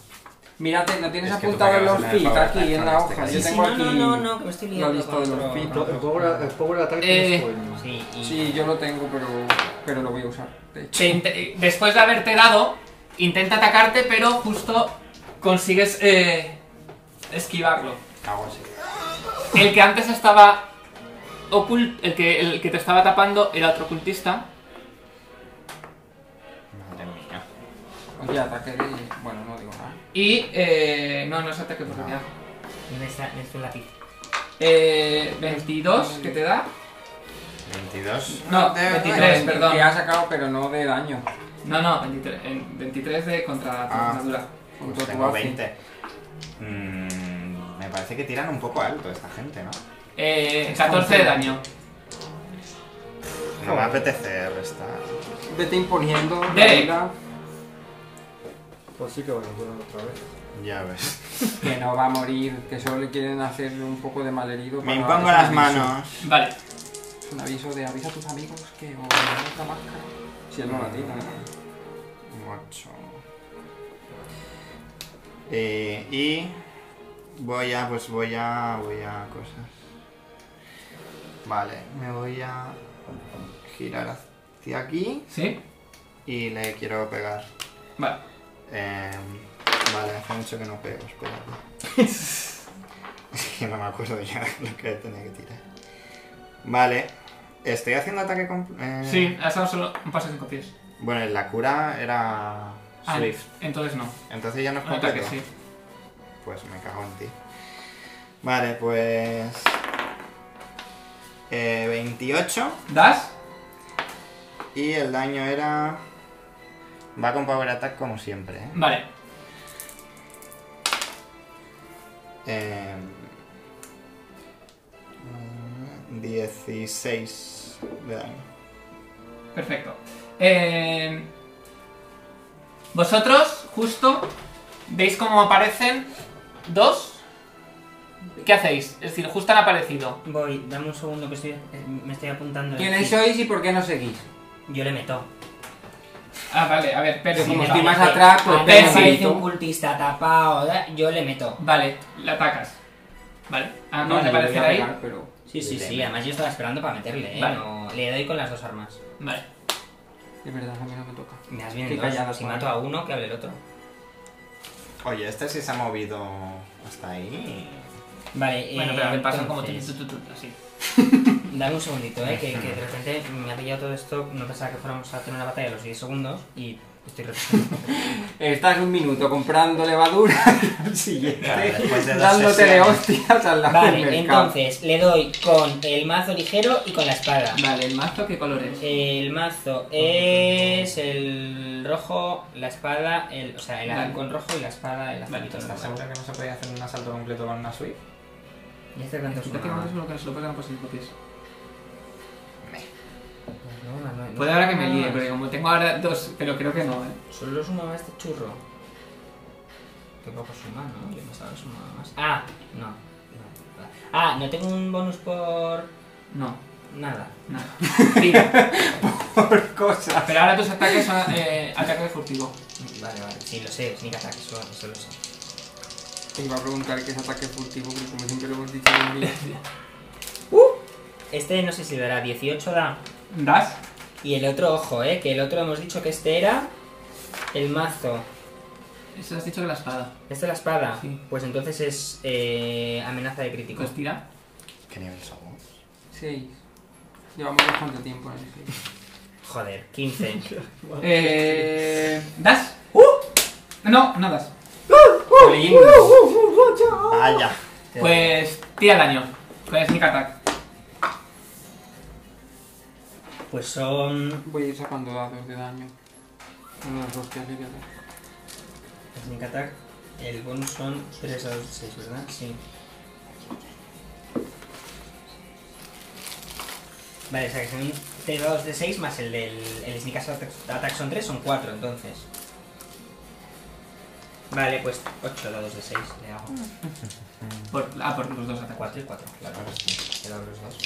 Mírate, no tienes Es que tú apuntado me los acabas de fit poner aquí en la este hoja. Yo caso. Sí, sí, tengo no, aquí. no, no, no, que me estoy liando. la lista con de los otro- fit. El power, el power attack Eh, es bueno. Sí, y... Sí, yo lo tengo, pero, pero lo voy a usar. De hecho. Te inte- después de haberte dado, intenta atacarte, pero justo consigues eh, esquivarlo. Cago así. El que antes estaba ocult el que, el que te estaba tapando era otro ocultista. Madre mía. Oye, ataque de. Bueno, no digo nada. Y eh, no, no es ataque de oportunidad. Ah. ¿Dónde está dónde está el lápiz? Eh, 22, que te da. 22. No, De- 23, de- perdón. Que ha sacado, pero no de daño. Pues No, no, 23, en 23 de contra tu Ah. armadura. Con Pues todo tengo tu 20. Mm, me parece que tiran un poco alto esta gente, ¿no? Eh, 14 de daño. No me apetece restar. Vete imponiendo. la Derek. vida. Pues sí que voy a poner otra vez. Ya ves. Que no va a morir, que solo le quieren hacer un poco de malherido. Me para impongo darles las un aviso. manos. Vale, Es un aviso de avisa a tus amigos que o le dan otra máscara. Si él no la tiene. ¿no? 8. Eh, y voy a, pues voy a, voy a cosas. Vale, me voy a girar hacia aquí ¿sí? y le quiero pegar. Vale. Eh, vale, hace mucho que no pego, espera. Es que no me acuerdo ya lo que tenía que tirar. Vale, estoy haciendo ataque con... eh, Sí, ha estado solo un paso de 5 pies. Bueno, la cura era Ah, Swift. entonces no. Entonces ya no es Un ataque, completo. sí. Pues me cago en ti. Vale, pues. eh, 28. ¿Das? Y el daño era. Va con Power Attack como siempre, ¿eh? Vale. Eh, 16 de daño. Perfecto. Eh, vosotros, justo, veis cómo aparecen dos. ¿Qué hacéis? Es decir, justo han aparecido. Voy, dame un segundo que estoy, eh, me estoy apuntando. el ¿Quiénes hit. sois y por qué no seguís? Yo le meto. Ah, vale, a ver, Percy. Si como me estoy más parece- atrás, pues a tengo mí me un parece grito. un cultista tapado, ¿eh? yo le meto. Vale, la atacas. Vale, ah, no, de yo le voy a aparecer ahí. pegar, pero... Sí, sí, Le sí, meto. además yo estaba esperando para meterle, ¿eh? Vale. No, le doy con las dos armas. Vale, Es verdad, a mí no me toca. Me das bien Qué en dos. callada Si soy. mato a uno, que hable el otro. Oye, este sí se ha movido hasta ahí. Vale, bueno, eh, pero a ver, pasan como entonces, tu, tu, tu, tu, así. Dame un segundito, ¿eh? Que, que de repente me ha pillado todo esto. No pensaba que fuéramos a tener una batalla de los 10 segundos y estoy retrasando. Estás un minuto comprando levadura, al Claro, siguiente, después pues de dos dándote de sesiones. hostias al lado del vale, mercado. entonces le doy con el mazo ligero y con la espada. Vale, ¿el mazo qué color es? El mazo es el rojo, la espada, el, o sea, el Vale. pues halcón rojo y la espada, el azulito. ¿Estás no segura que no se podía hacer un asalto completo con una Swift? ¿Y este cuánto Quítate suma? más lo que se lo pasan por cinco pies. No, no, no, no. Puede ahora que me No, líe, no, pero como tengo ahora dos, pero creo que no, eh. Solo sumaba este churro. Qué poco suma, ¿no? Yo pensaba que sumaba más. Ah, no. No. Ah, no tengo un bonus por No, nada. nada. Tira. Cosa. Pero ahora tus ataques son eh, ataque furtivo. Vale, vale. Sí, lo sé, sneak attack, eso, eso lo sé. Te iba a preguntar qué es ataque furtivo, porque como siempre lo hemos dicho en inglés. Este no sé si dará 18 da. ¿Das? Y el otro, ojo, eh, que el otro hemos dicho que este era el mazo. Eso has dicho que la espada. Este la espada. Sí. Pues entonces es eh, amenaza de crítico. Pues tira. ¿Qué nivel somos? 6. Llevamos bastante tiempo en el 6. Joder, 15. Eh, ¿Das? No, no das. Vaya. Pues tira daño. Con sneak attack. Pues son. Voy a ir sacando dados de daño. Bueno, las hostias que hay que hacer. Sneak attack. El bonus son 3 a 6, ¿verdad? Sí. Vale, o sea que son 3 dados de 6 más el del el sneak attack, attack son 3, son 4 entonces. Vale, pues 8 dados de 6 le hago. Por, ah, por los dos ataques. 4 y 4, claro. Ahora sí. Le hago los dos.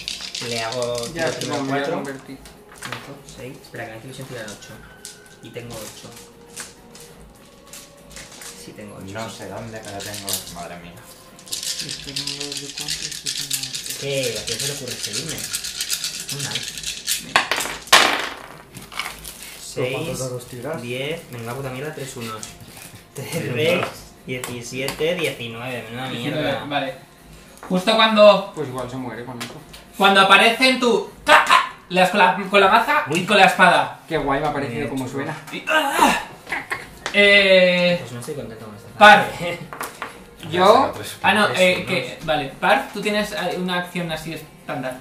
Le hago. Ya, te tiro primero lo voy a cuatro. convertir. 5, 6. Espera, que me quiero tirar 8. Y tengo 8. Sí, tengo 8. No sé dónde, pero tengo. Madre mía. Este número es de cuatro, este es de nueve. ¿Qué? ¿A quién se le ocurre este seguirme? Una. ¿Pero cuántos 6, dados tiras? 10. Venga, puta mierda, 3, 1. 3, 17, 19. Menuda Ah, mierda. Vale. Justo cuando, Pues igual se muere con eso. cuando aparecen tú. ¡clac, clac! Las con la, con la maza y con la espada. Qué guay me ha parecido Bien, como chulo. suena. Y- ¡ah! Eh. Pues no estoy contento con esta. Par. tarde. Yo- Ah, no, Tres, eh, dos. que. Vale, par, tú tienes eh, una acción así estándar.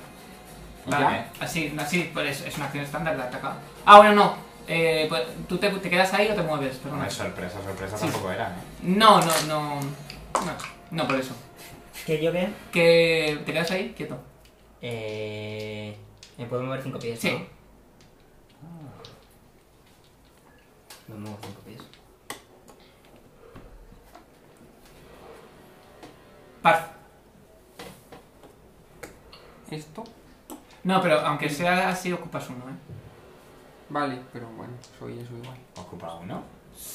Vale, Ya. así, así, pues es una acción estándar de ataca. Ah, bueno, no. Eh, pues, ¿Tú te, te quedas ahí o te mueves? Perdona. No es sorpresa, sorpresa Sí. tampoco era, ¿no? No, no, no. No, no por eso. ¿Qué yo qué? ¿Que te quedas ahí quieto? Eh. Me puedo mover 5 pies. Sí. ¿no? Me muevo 5 pies. Par. Esto. No, pero aunque sea así, ocupas uno, ¿eh? Vale, pero bueno, soy eso igual. Ocupa uno.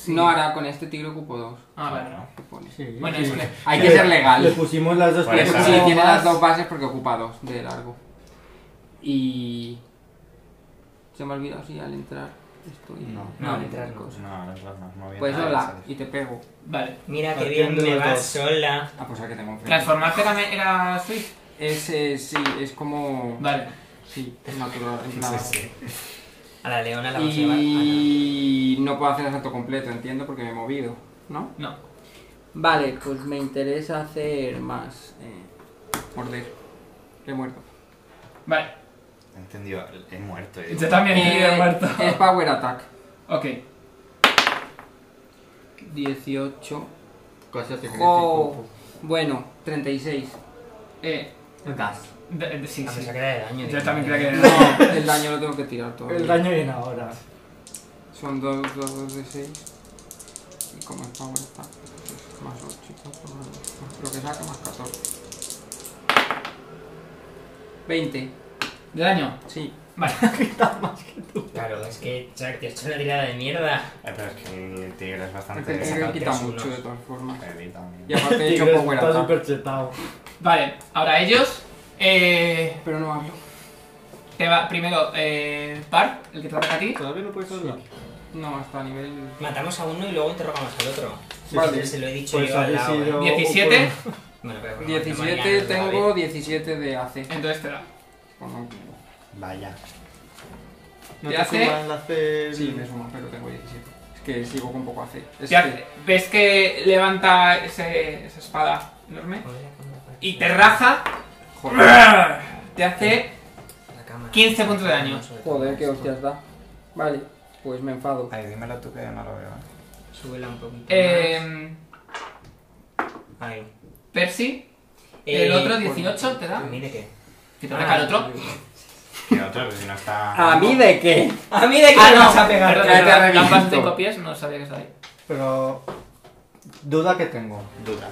No, ahora con este tigre ocupo dos. Ah, vale. Bueno, ¿qué pones? Sí. Bueno, Sí. es que. Hay que ser Le legal. pusimos las dos Por Le- piezas eso. como Sí, tiene las más. dos bases porque ocupa dos de largo. Y. Se me ha olvidado si al entrar estoy. No. No, al entrar no. cosa. Pues No, ahora entras más moviendo. Pues Ah, hola, sales. y te pego. Vale. Mira qué bien Partiendo me los va dos. sola. Ah, pues a que tengo enfrente. ¿Transformarte era, me- era Swift? Ese sí, es como. Vale. Sí, es natural. en plan- Sí, sí. A la leona la vamos a llevar. Ah, Y no puedo hacer el salto completo, entiendo, porque me he movido, ¿no? No. Vale, pues me interesa hacer más. eh, morder. He muerto. Vale. He entendido, he muerto. eh. Yo también he muerto. es Power Attack. Ok. 18. Cosas que Jo. Bueno, 36. Eh. Das. de- de- sí, A sí. pesar que era de daño. Yo también creo que No, el daño lo tengo que tirar todo. El daño viene ahora. Son 2 dos, dos de 6. Y como es Power Attack, pues más 8 y 4 más 2. Lo que saca más 14. 20. ¿De daño? Sí. Vale. Claro, es que, Chuck, te he hecho una tirada de mierda. Eh, pero es que el tigre es El bastante. tigre sacado este quita tres mucho unos. de todas formas. débil también. Y aparte he hecho Tigre power está attack. súper chetado. Vale, ahora ellos. Eh, Pero no hablo. te va primero eh, Par, el que te ataca a ti. ¿Todavía no puedes hablar? No, hasta nivel. Matamos a uno y luego interrogamos al otro. Sí, Vale. Se lo he dicho Pues yo al habéis lado. Oh, sido... 17, ¿eh? Bueno, pero, bueno, Mariana 17, no la ve. tengo 17 de AC. entonces te da. Con un- Vaya. ¿No Te te hace- suman las del- Sí, me suma, pero tengo 17. Es que sigo con poco AC. Es Te hace- que... ves que levanta ese- esa espada enorme Joder, la cámara. y te raja. Joder, Te hace. La cámara. 15 puntos de daño. Sobre todo joder, qué esto. hostias da. Vale, pues me enfado. Ay, dímelo tú que yo no lo veo. ¿eh? Súbela un poquito. Eh, más. Ahí. Percy, Eh, el otro pues, 18 te da. ¿Mire qué? Que te Ah, ataca el otro. Que otro, pues si no está. ¿A mí de qué? ¡A mí de qué Ah, nos vas no, a pegar! perdón, Cállate, perdón, reviento. gafas de copias, no sabía que estaba ahí. Pero... Duda que tengo. Duda.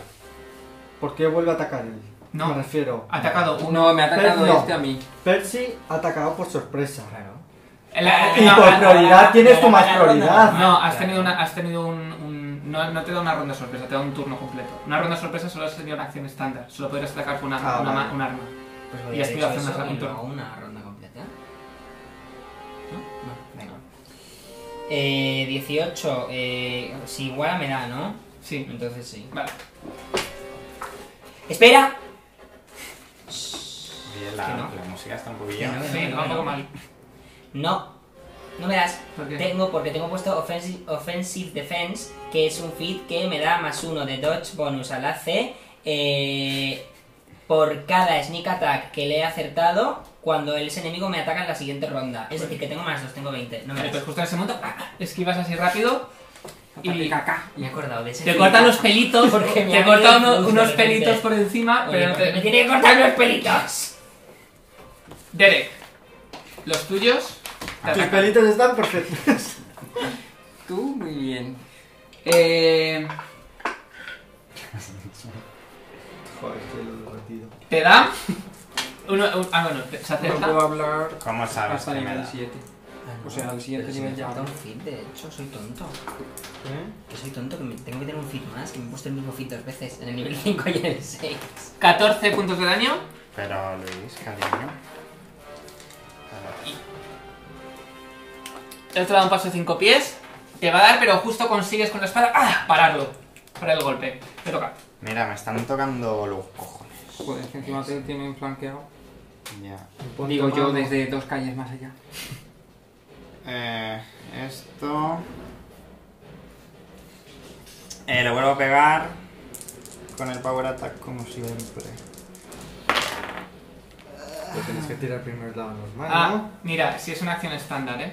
¿Por qué vuelve a atacar él? No. Me refiero... Ha atacado uno. No, me ha atacado Pero no. este a mí. Percy atacado por sorpresa. Claro. La- Y no, por ha- prioridad tienes la- tu la- más la- prioridad. la- No, has Claro. tenido una, has tenido un, un- no, no te da una ronda sorpresa, te da un turno completo. Una ronda sorpresa solo has tenido una acción estándar, solo podrías atacar con una, Ah, una ma- vale. un arma. Pues Y podría has haber tirado hecho zonas eso al y entorno. luego una ronda completa. ¿No? No, venga. Eh, 18. Eh, si iguala me da, ¿no? Sí. Entonces sí. Vale. ¡Espera! Oye, la, Que no. la música está un Que poquillo. no. Sí, te va un poco mal. No. No me das. ¿Por qué? Tengo porque tengo puesto offensive, offensive Defense, que es un feed que me da más uno de dodge bonus al AC eh, por cada sneak attack que le he acertado cuando el ese enemigo me ataca en la siguiente ronda. Es decir, que tengo más dos, tengo 20. No me Vale, pues das. justo en ese momento ¡ah! esquivas así rápido y Caca. Me he acordado de ese te feed. cortan los pelitos, Porque me te ha cortan venido uno- justo unos de repente. pelitos por encima, Oye, pero no ¿por qué te- me tiene que cortar los pelitos. Derek, los tuyos te Tus atacan. pelitos están perfectos. Tú, muy bien. Eh, Joder, estoy divertido. te da uno, un- ah bueno, te- se No acerca. puedo hablar ¿Cómo sabes hasta que me nivel da? 7. Ah, O sea, al siguiente pero si nivel me ya falta hablo. un feed, de hecho, soy tonto. Que soy tonto, que me- tengo que tener un feed más, que me he puesto el mismo feed dos veces, en el nivel 5 y en el 6. 14 puntos de daño. Pero Luis, cariño. El otro da un paso de 5 pies. Te va a dar, pero justo consigues con la espada ¡ah! pararlo. Para el golpe. Te toca. Mira, me están tocando los cojones. Joder, que encima te tienen flanqueado. Ya. Ponte Digo yo mano. desde dos calles más allá. Eh, esto. Eh, lo vuelvo a pegar con el power attack como siempre. Pero tienes que tirar primero el lado normal, Ah, mira, si es una acción estándar, eh.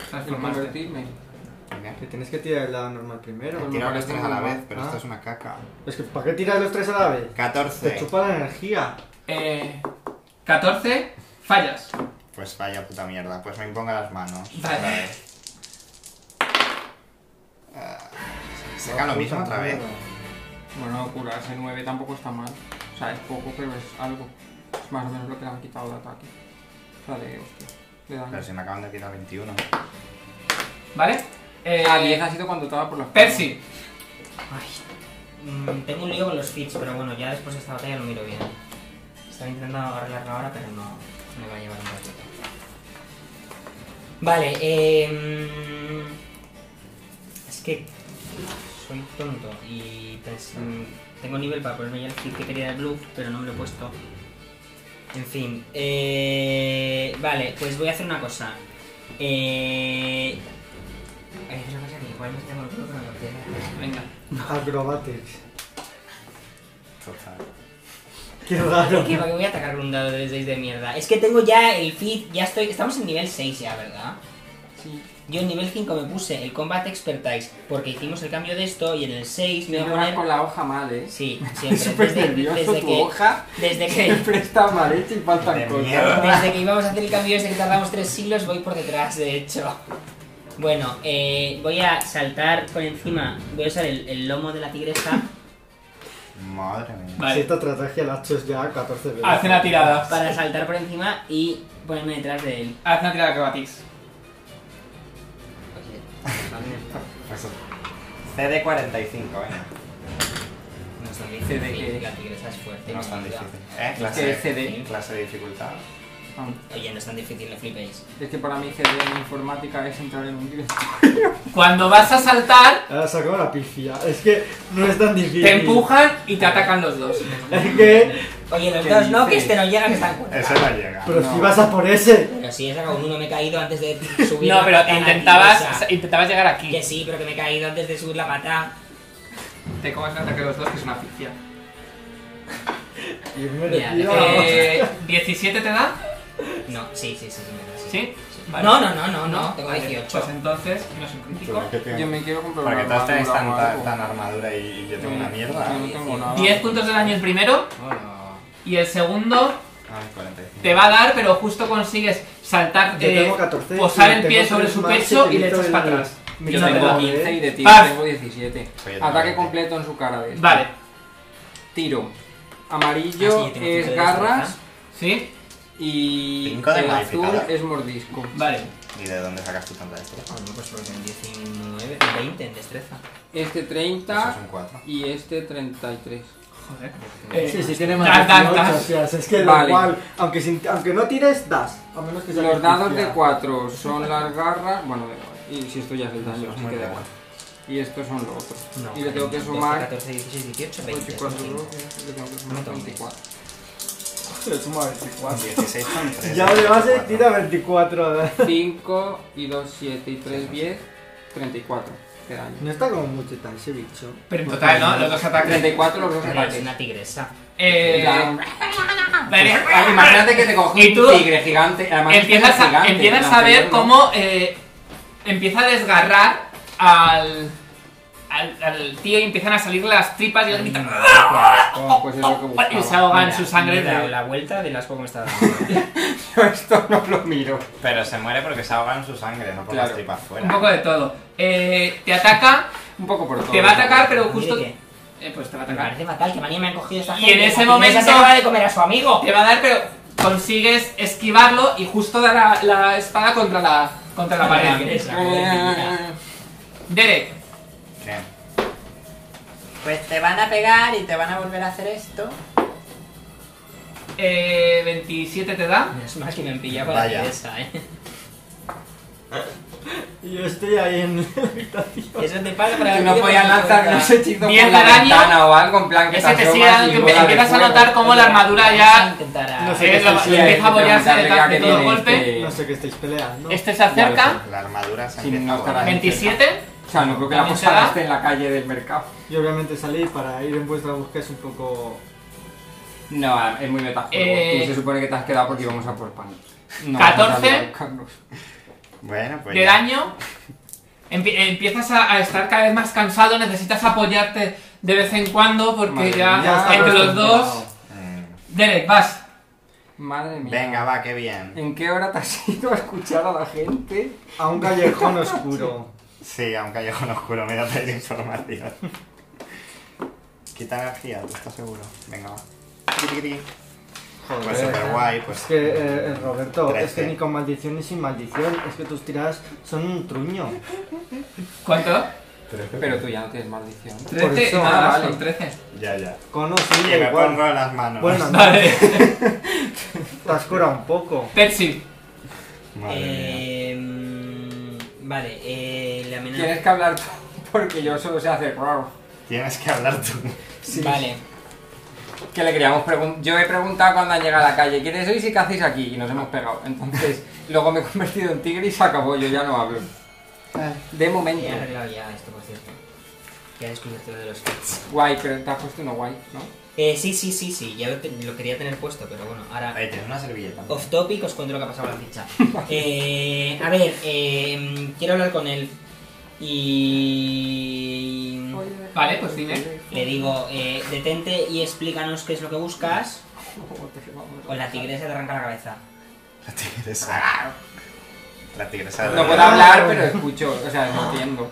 El Transformarte. convertirme. Mira, ¿no? Que tienes que tirar el lado normal primero. He me tirado los parece tres a muy la mal. vez, pero Ah. esto es una caca. Es que ¿para qué tiras los tres a la vez? Te 14. chupa la energía. Eh. 14. Fallas. Pues vaya puta mierda, pues me imponga las manos. Vale. Otra vez. Ah, Saca lo mismo otra vez. Bueno, curarse 9 tampoco está mal. O sea, es poco, pero es algo. Es más o menos lo que le han quitado de ataque. O sea, de hostia. De daño. Pero si me acaban de tirar 21. ¿Vale? Eh, Ah, A 10 ha sido cuando estaba por los. Percy. Ay, mm, tengo un lío con los feeds, pero bueno, ya después de esta batalla lo miro bien. Estaba intentando arreglarlo ahora, pero no me va a llevar un ratito. Vale, eh, mm, es que soy tonto y pues, mm, tengo nivel para ponerme ya el feed que quería de Blue, pero no me lo he puesto. En fin, eh, vale, pues voy a hacer una cosa. Eh, hay una cosa que igual me está volviendo, pero no quiero hacer. Venga. Acrobatics. Total. Qué raro. ¿Por qué? ¿Para qué voy a atacar con un dado de 6 de mierda? Es que tengo ya el feed, ya estoy. Estamos en nivel 6 ya, ¿verdad? Sí. Yo en nivel 5 me puse el Combat Expertise porque hicimos el cambio de esto y en el 6 me Me voy a juegas poner. con la hoja mal, eh. Sí, siempre. Es súper desde, nervioso desde tu que, hoja. desde que. Siempre está mal hecha y De faltan cosas. mierda. Desde que íbamos a hacer el cambio desde que tardamos 3 siglos voy por detrás, de hecho. Bueno, eh, voy a saltar por encima. Voy a usar el, el lomo de la tigresa. Madre mía. Si Vale. esta estrategia la has hecho ya 14 veces. Haz una tirada. Para saltar por encima y ponerme detrás de él. Haz una tirada de acrobatics. Pues, CD 45, venga. No es tan Sí, de difícil, que- la tigresa es fuerte. No es tan mira. difícil. ¿Eh? que CD. Clase, clase de dificultad. Oye, no es tan difícil, no flipéis. Es que para mí CD en informática es entrar en un directo. Cuando vas a saltar, Ahora sacado la pifia. Es que no es tan difícil. te empujan y te atacan los dos. Es que. Oye, los ¿Qué dos no, que dices? este no llega, que está en cuenta. Eso no llega. Pero No. si vas a por ese. Pero si he sacado un uno, me he caído antes de subir No, la pero pata. tío, o intentabas, sea, intentabas llegar aquí. Que sí, pero que me he caído antes de subir la pata. Te comes un ataque los dos, que es una ficción. Y me Mira, retiro. Eh, 17 te da, No, sí, sí, sí, sí. me da, sí. ¿sí? Vale. No, no, no, no, no, tengo Vale, 18. Pues entonces, no es un crítico. ¿Por qué te- Yo me quiero comprar Para que una todos tenéis armadura tan, o algo. tan, tan armadura y, y yo tengo una mierda. Yo no tengo nada. 10 puntos de daño el primero Hola. y el segundo Ay, 45. te va a dar, pero justo consigues saltar, Yo eh, tengo 14 y posar el tengo pie sobre tres su más pecho que y le quito echas del- para atrás. Me Yo quita tengo la- 15 y de ti Paz. tengo 17. Oye, no, Ataque no. completo en su cara de esto. Vale, Tiro. Ah, Amarillo sí, tengo eh, cinco es de garras destreza. Ah, ¿sí? y Cinco de el azul modificador. es mordisco. Vale. ¿Y de dónde sacas tú tanta destreza? Ah, no, pues porque tengo 19, 20 en destreza. Este Eso es 30 un 4. y este 33. Joder. Sí, Eh, sí, tiene Das, más das, 18, das. o sea, es que da Vale. igual, aunque, sin- aunque no tires, das. A menos que sea Los dados de justicia. 4 son las garras. Bueno, da igual. y si esto ya es el daño, así muy que da bueno. igual. Y estos son los otros. No, y le tengo que 12, sumar 14, 16, 18, 8 20. y 4, cinco. le tengo que sumar No tengo 24. Le suma 24. 16 son 3. Ya de eh, base tira 24. 5 y 2, 7 y 3, 10, 34 de daño. No está como mucho tal ese bicho. Pero en Pues total, ¿no? Los dos ataques. 34 los dos Pero es ataques. una tigresa. Eh, Ya. vale. Ah, Imagínate que te Y cogí tú un tigre gigante. Además, este empiezas es a, gigante, empiezas la a ver anterior, ¿no? cómo eh, empieza a desgarrar al, al, al tío y empiezan a salir las tripas y él grita Oh, pues es lo que buscaba. y se ahogan Mira, su sangre. me he dado de- la vuelta del asco que me está dando. Yo esto no lo miro. Pero se muere porque se ahogan su sangre, no por Claro. las tripas fuera. Un poco de todo. Eh, te ataca, Un poco por todo. te va a atacar, pero Mire justo. que Eh, pues te va a Me atacar. parece fatal que manía me han cogido esta Y gente. en La ese tigresa momento- se acaba de comer a su amigo. Te va a dar, pero consigues esquivarlo y justo da la, la espada contra la, contra la Contra la pared. mesa. Eh, Derek, ¿Qué? Pues te van a pegar y te van a volver a hacer esto. eh, 27 te da. Menos mal que me han pillado con la Vaya. tigresa, eh. Y yo estoy ahí en la habitación. Eso te pasa para que haber no pillado podía con la lanzar tigresa. unos hechizos por Diez la de daño. ventana o algo, en plan que Ese te asomas sigue dando y que bola de empiezas a fuego. notar cómo la armadura Vamos a ya intentar a- No sé. eh, lo- Sí, empieza a bollarse sí, de tal- de sí, todo sí, golpe. sí. No sé qué estáis peleando. Este se acerca. La armadura se Sí, empieza no a estará volar. bien. 27. O sea, no creo que la ¿También posada será? esté en la calle del mercado. Y obviamente salir para ir en vuestra búsqueda es un poco. No, es muy metajuego. Eh, Tú se supone que te has quedado porque íbamos a por pan. No, 14. vamos a ir a buscarnos. Bueno, pues. de ya. daño. Empie- empiezas a, a estar cada vez más cansado, necesitas apoyarte de vez en cuando porque Madre ya, mía, está Ah, entre los dos... acostumbrado. Mm. Derek, vas. Madre mía. Venga, va, qué bien. ¿En qué hora te has ido a escuchar a la gente? A un callejón oscuro. Sí, a un callejón oscuro me da pedir información. Quita energía, ¿tú estás seguro? Venga, va. Tiri, tiri. Joder. Pues súper guay, pues. Es que, eh, eh, Roberto, es que Trece. ni con maldición ni sin maldición, es que tus tiradas son un truño. ¿Cuánto? Pero tú ya no tienes maldición. 13. eso, nada ah, más, vale. son 13. Ya, ya. Con o sin, Y da me igual. pongo las manos. Bueno, no, Vale. te has curado un poco. Pepsi. Madre mía. Eh, mm, vale, eh, la amenaza. Tienes que hablar tú porque yo solo sé hacer raro. Tienes que hablar tú. Vale, Que le queríamos preguntar. Yo he preguntado cuando han llegado a la calle, ¿quiénes sois y qué hacéis aquí? Y nos hemos pegado. Entonces, luego me he convertido en tigre y se acabó, yo ya no hablo. De momento. he arreglado ya esto, por cierto. Ya he descubierto lo de los kits. Guay, pero te has puesto uno guay, ¿no? Eh, sí, sí, sí, sí, ya lo, te- lo quería tener puesto, pero bueno, ahora. Ahí tienes una servilleta. Off topic, os cuento lo que ha pasado con la ficha. Eh, a ver, eh, quiero hablar con él. Y. Vale, pues dime. Le digo, eh, detente y explícanos qué es lo que buscas. O la tigresa te arranca la cabeza. La tigresa. Ah. La tigresa de Ah. No puedo hablar, pero escucho, o sea, no entiendo.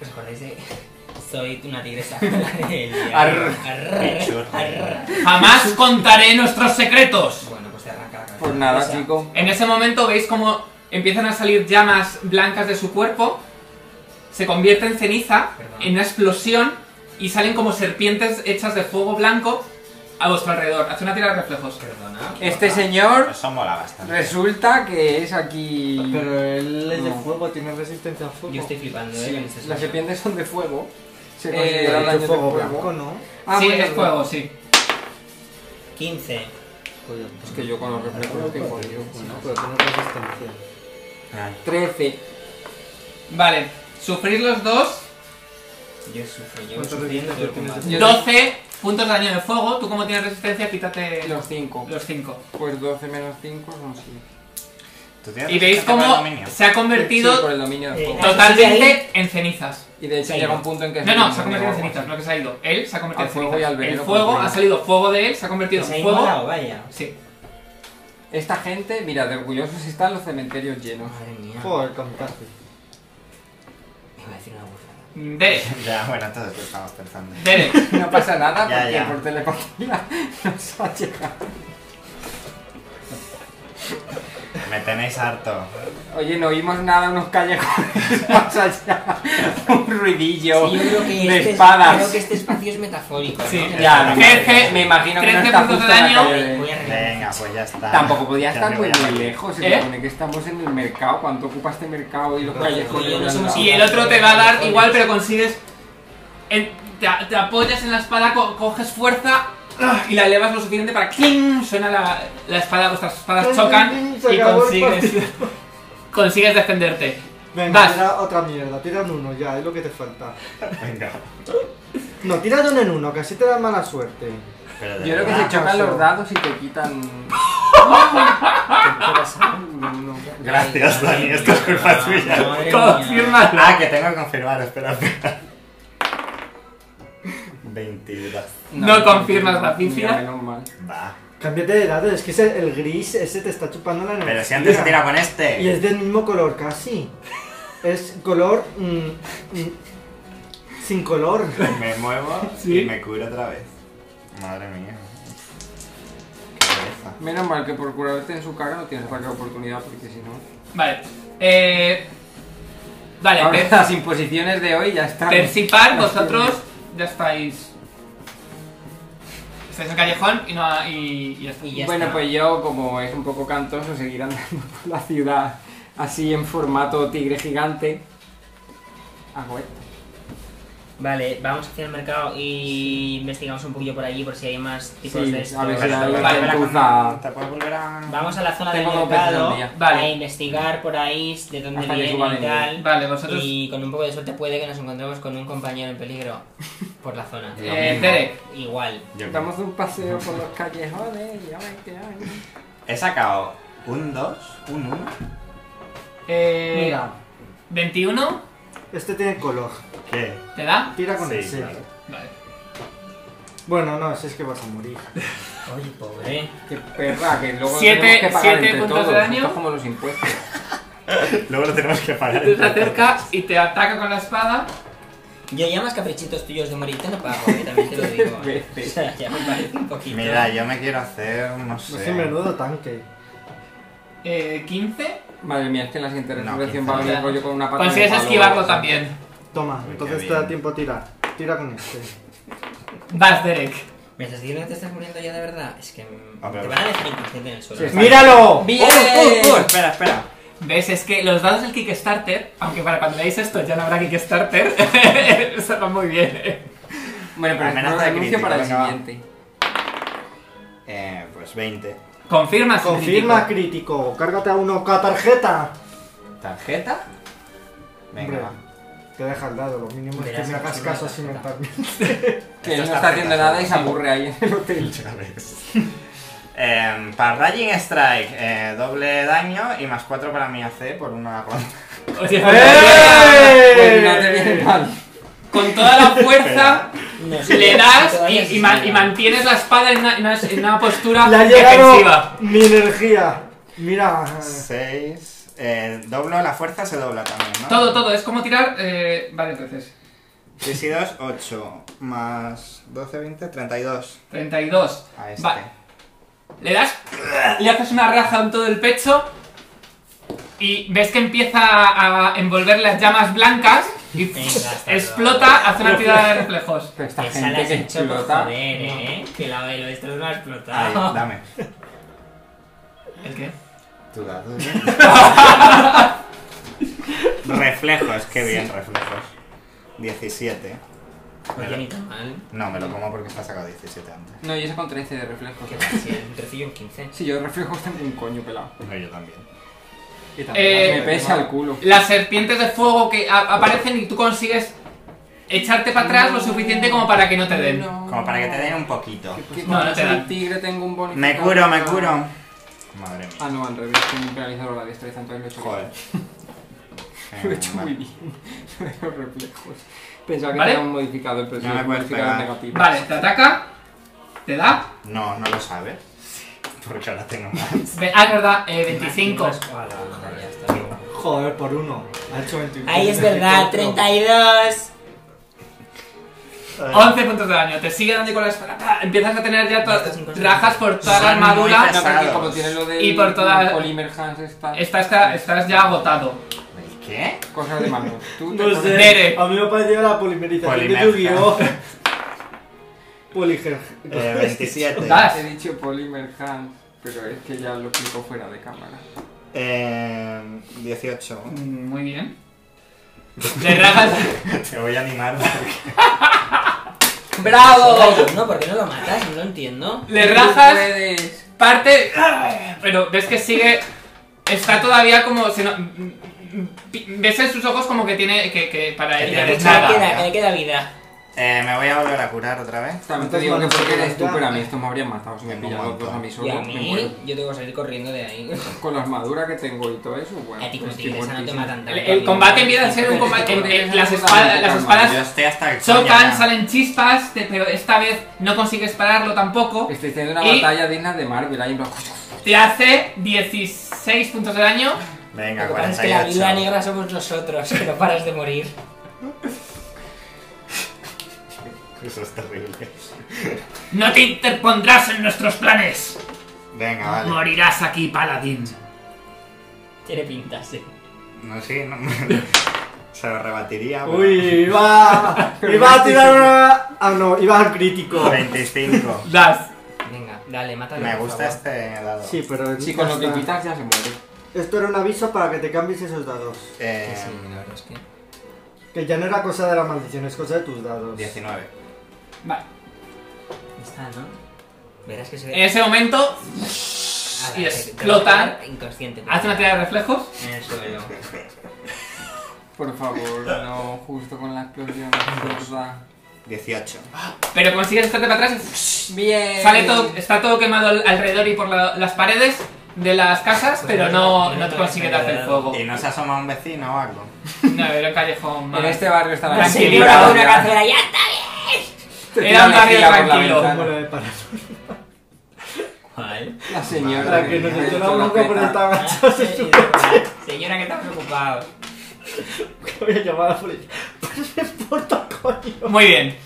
¿Os acordáis de.? Soy una tigresa. El- Arr. Arr. Churro. Arr. Jamás contaré nuestros secretos. Bueno, pues te arranca la cabeza. Pues nada, Esa. chico. En ese momento veis como empiezan a salir llamas blancas de su cuerpo, se convierte en ceniza, Perdón. en una explosión y salen como serpientes hechas de fuego blanco a vuestro alrededor. Haz una tira de reflejos. Perdona. Este señor Eso mola bastante. resulta que es aquí. Pero él es de No. fuego, tiene resistencia al fuego. Yo estoy flipando, eh. con este Las sonido. serpientes son de fuego. Se Eh, considera daño de de fuego fuego. blanco, ¿no? Ah, sí, bueno, es fuego, sí. 15. Es que yo con los reflejos pues tengo yo, bueno. Pero tiene resistencia. 13. Vale, sufrís los dos, Yo sufro, llevo ¿Cuánto sufriendo todo el tienes? combate. Yo- 12 puntos de daño de fuego. Tú como tienes resistencia, quítate Los 5. los 5. Pues 12 menos 5 son 7. ¿Tú tienes Y veis resistencia para el cómo dominio? se ha convertido por el dominio del Eh, fuego. ah. totalmente en cenizas. Y de hecho Sí, llega no. un punto en que. No, es no, un se ha convertido en dominio. cenizas, no que se ha ido. Él se ha convertido Al en fuego cenizas. y al El veneno fuego, contigo. ha salido fuego de él, se ha convertido Se ha en fuego. igualado, vaya. Sí. Esta gente, mira, de orgullosos están los cementerios llenos. Madre mía. Joder, kamikaze. Iba a decir una burrada. Derek, Ya, bueno, entonces lo estamos pensando. Derek, No pasa nada Ya, porque ya. por telepatía nos ha llegado. Me tenéis harto. Oye, no oímos nada, unos callejones más allá. Un ruidillo Sí, yo creo que de este- Creo espadas. que este espacio es metafórico. Sí. ¿no? Ya, Trece- me imagino que no 13 está puntos justo de en la daño. calle de- Voy a arreglar. Venga, pues ya está. Tampoco podía Ya estar me muy, voy a- muy lejos, se ¿Eh? supone que estamos en el mercado. ¿Cuánto ocupa este mercado y los No, callejones? yo no de somos al lado? y el otro te va a dar igual, pero consigues. el- te, te apoyas en la espada, co- coges fuerza ah, y la elevas lo suficiente para que suena la, la espada, vuestras espadas chocan Se y acabó el consigues. Consigues defenderte. Venga, Vas. tira otra mierda, tira un uno ya, es lo que te falta. Venga. No, tira de un en uno, que así te da mala suerte. Pero de Yo creo que se verdad. Ah, chocan eso. los dados y te quitan. No, no. Gracias, Dani, esto es culpa tuya. Madre mía. Confirma. Ah, que tengo que confirmar, espera, espera. 22. No confirmas la cifra. Mira, menos mal. Va. Cámbiate de dados, es que ese, el gris ese te está chupando la energía. Pero si antes se tira con este. Y es del mismo color casi. Es color. mm, mm, sin color. Me muevo Sí. y me curo otra vez. Madre mía. Qué pereza. Menos mal que por curarte en su cara no tienes ataque de oportunidad porque si no. Vale. Eh, vale, Ahora, per- las imposiciones de hoy ya están. Persipar, vosotros ya estáis. Estáis en el callejón y, no, y, y ya está. Y ya bueno, está. pues yo, como es un poco cantoso, seguir andando por la ciudad así en formato tigre gigante. Hago esto. Vale, vamos hacia el mercado y investigamos un poquillo por allí por si hay más tipos Sí, de estos. a ver si Vale, hay te vale, puedes volver a- tuza. Te puedes volver a. Vamos a la zona del Tengo como mercado pensado ya. Vale. a investigar por ahí de dónde Hasta que viene suban y el tal. Vale, vosotros. Y con un poco de suerte puede que nos encontremos con un compañero en peligro por la zona. Eh, Derek, Igual. Yo- Damos un paseo por los callejones y a ver qué hay. He sacado un 2, un 1. eh, Mira, 21, Este tiene color. ¿Qué? ¿te da? Tira con Sí, el cero. claro. Vale. Bueno, no, si es que vas a morir. Oye, pobre. qué perra, que luego Siete- tenemos que pagar siete entre puntos de todos. daño. Esto es como los impuestos. Luego lo tenemos que parar. Tú te acercas y te ataca con la espada. Yo ya más caprichitos tuyos de morirte no pago, eh, también te lo digo. o sea, ya me parece un poquito. Mira, yo me quiero hacer, no No sé. sé, menudo tanque. Eh, 15. Madre mía, es que en la siguiente No, resurrección quince va a venir no. rollo con una pata. Consigues de palo. Pues esquivarlo también. Toma, Uy, entonces qué te da bien. tiempo a tirar. Tira con este. Vas, Derek. ¿Me estás diciendo que te estás muriendo ya de verdad? Es que mm, A ver. te van a dejar inconsciente en el suelo. Sí, está- ¡Míralo! ¡Bien! Oh, espera, espera. ¿Ves? Es que los dados del Kickstarter, aunque para cuando veáis esto ya no habrá Kickstarter, se van muy bien. eh. Bueno, pero Amenaza espero el de anuncio crítico, para el venga, va. siguiente. Eh, pues 20. Confirmas. el Confirma crítico. crítico. Cárgate a uno K tarjeta. ¿Tarjeta? Venga, Hombre, va. Te deja el dado, lo mínimo es Verás que me que hagas sí me caso da sin tarjeta. mentarme. Que él Esto no es está tarjeta, haciendo nada y se sí. aburre ahí en el hotel. Ya ves. Em, para Raging Strike, eh, doble daño y más 4 para mi AC por una ronda. Oye, Pues no te viene mal. con toda la fuerza No, sí, le sí, das y, todavía y sí, man- sí, y no. mantienes la espada en una, en una- en una postura Le ha defensiva. llegado mi energía. Mira, 6. Eh, doblo la fuerza, se dobla también, ¿no? Todo, todo, es como tirar. eh, vale, entonces. 3 y 2, 8. Más 12, 20, 32. 32. A este. Vale. Le das, le haces una raja en todo el pecho y ves que empieza a envolver las llamas blancas y Venga, hasta explota, hace una tirada de reflejos. Pero esta Esa la gente has que hecho por explota. joder, eh. Que la de los tres no ha Ahí, explotado. dame. ¿El qué? Tú da, tú da. reflejos, qué bien, reflejos. 17. Oye, ni tan mal. No, me lo como porque está sacado 17 antes. No, yo saco un 13 de reflejos. Que va a ser un trecillo en 15. Si yo reflejos tengo un coño pelado. No, yo también. Y Eh, me pesa el culo. Las serpientes de fuego que a- aparecen y tú consigues echarte para atrás lo suficiente como para que no te den. Como para que te den un poquito. Que pues No, como no te soy dan. tigre tengo un bonito. Me curo, me curo. Madre mía. Ah, no, al revés, tengo un penalizador a la destreza, entonces lo he hecho Joder. Eh, bien. Lo he hecho muy bien. Lo de los reflejos. Pensaba que ¿Vale? tenía un modificador, pero Ya sí, me un puedes modificador pegar. negativo. Vale, te ataca, te da. No, no lo sabes. Porque ahora tengo más. ve- Ah, es verdad, eh, 25. Ah, ya está. Joder, por uno. Ha hecho 21. Ahí es verdad, 32. 11 puntos de daño. Te sigue dando con la espada. ¡pa! Empiezas a tener ya to- rajas por toda la Son muy armadura. No, pero que como Pesados. tiene lo de Y por toda- Polymer Hans esta Estás, ca- estás ya agotado. ¿El qué? cosas de mano. Tú te No pones- sé. Nere. A mí me pareció la polimerización Polimerca. de Yu-Gi-Oh! Poliger. Eh, 27. Das. He dicho Polymer Hans, pero es que ya lo explico fuera de cámara. Eh, 18. Mm, Muy bien. Le rajas. Te voy a animar. porque- ¡Bravo! No, ¿por qué no lo matas? No lo entiendo. Le rajas. Puedes. Parte. Pero ves que sigue. Está todavía como. si no- pi- ves en sus ojos como que tiene. que, que para Que él ya tiene es mucha nada. vida. Queda, que le queda vida. Eh, me voy a volver a curar otra vez. También te digo que porque eres tú, Ya. pero a mí estos me habrían matado. Si me Venga, pillan un los dos a mí Y solo, a me mí, muero. yo tengo que salir corriendo de ahí. Con la armadura que tengo y todo eso, bueno. pues A ti como estoy te interesa, no te muertísimo. matan El, tanto. eh, el combate empieza a ser un combate. en- Las espadas, las Yo espadas estoy hasta el coño chocan, ya. salen chispas, te- pero esta vez no consigues pararlo tampoco. Estoy teniendo una Y- batalla digna de Marvel. Ahí en plan, Te hace 16 puntos de daño. Venga, Lo que pasa es que la 48. vida negra somos nosotros, que no paras de morir. Eso es terrible. No te interpondrás en nuestros planes. Venga, vale. Morirás aquí, paladín. Tiene pinta, sí. No, sí, no. Se lo rebatiría. pero- Uy, iba. Iba a tirar una. Ah, no, iba al crítico. 25. Das. Venga, dale, mátalo. Me por gusta favor. este dado. Sí, pero. Sí, con lo que hasta- quitas ya se muere. Esto era un aviso para que te cambies esos dados. Eh, Sí, la verdad es que... Que ya no era cosa de la maldición, es cosa de tus dados. 19. Vale. Está, ¿no? Verás que se En ese momento, Ah, y vale, te- te explota. vas a quedar Inconsciente. hace una tirada de reflejos. En el suelo. Por favor, no, justo con la explosión. es verdad. 18. Pero consigues estarte para atrás. Bien. y Sale todo, está todo quemado al- alrededor y por la- las paredes de las casas, pero Pues no, no Eh. te consigue dar el fuego. ¿Y no se asoma un vecino o algo? No, era un callejón más. En este barrio está la La gente señora que con tira- una Pero ya está. tira Era un la barrio mejilla por la tranquilo. ventana. Bueno, eh, para, ¿Cuál? La señora. para que nos me ha echó la hecho la bronca por peta. estar Ah, agachados sí, en sí, su Señora, que está preocupado. voy a llamar a la policía. No importa, coño. Muy bien.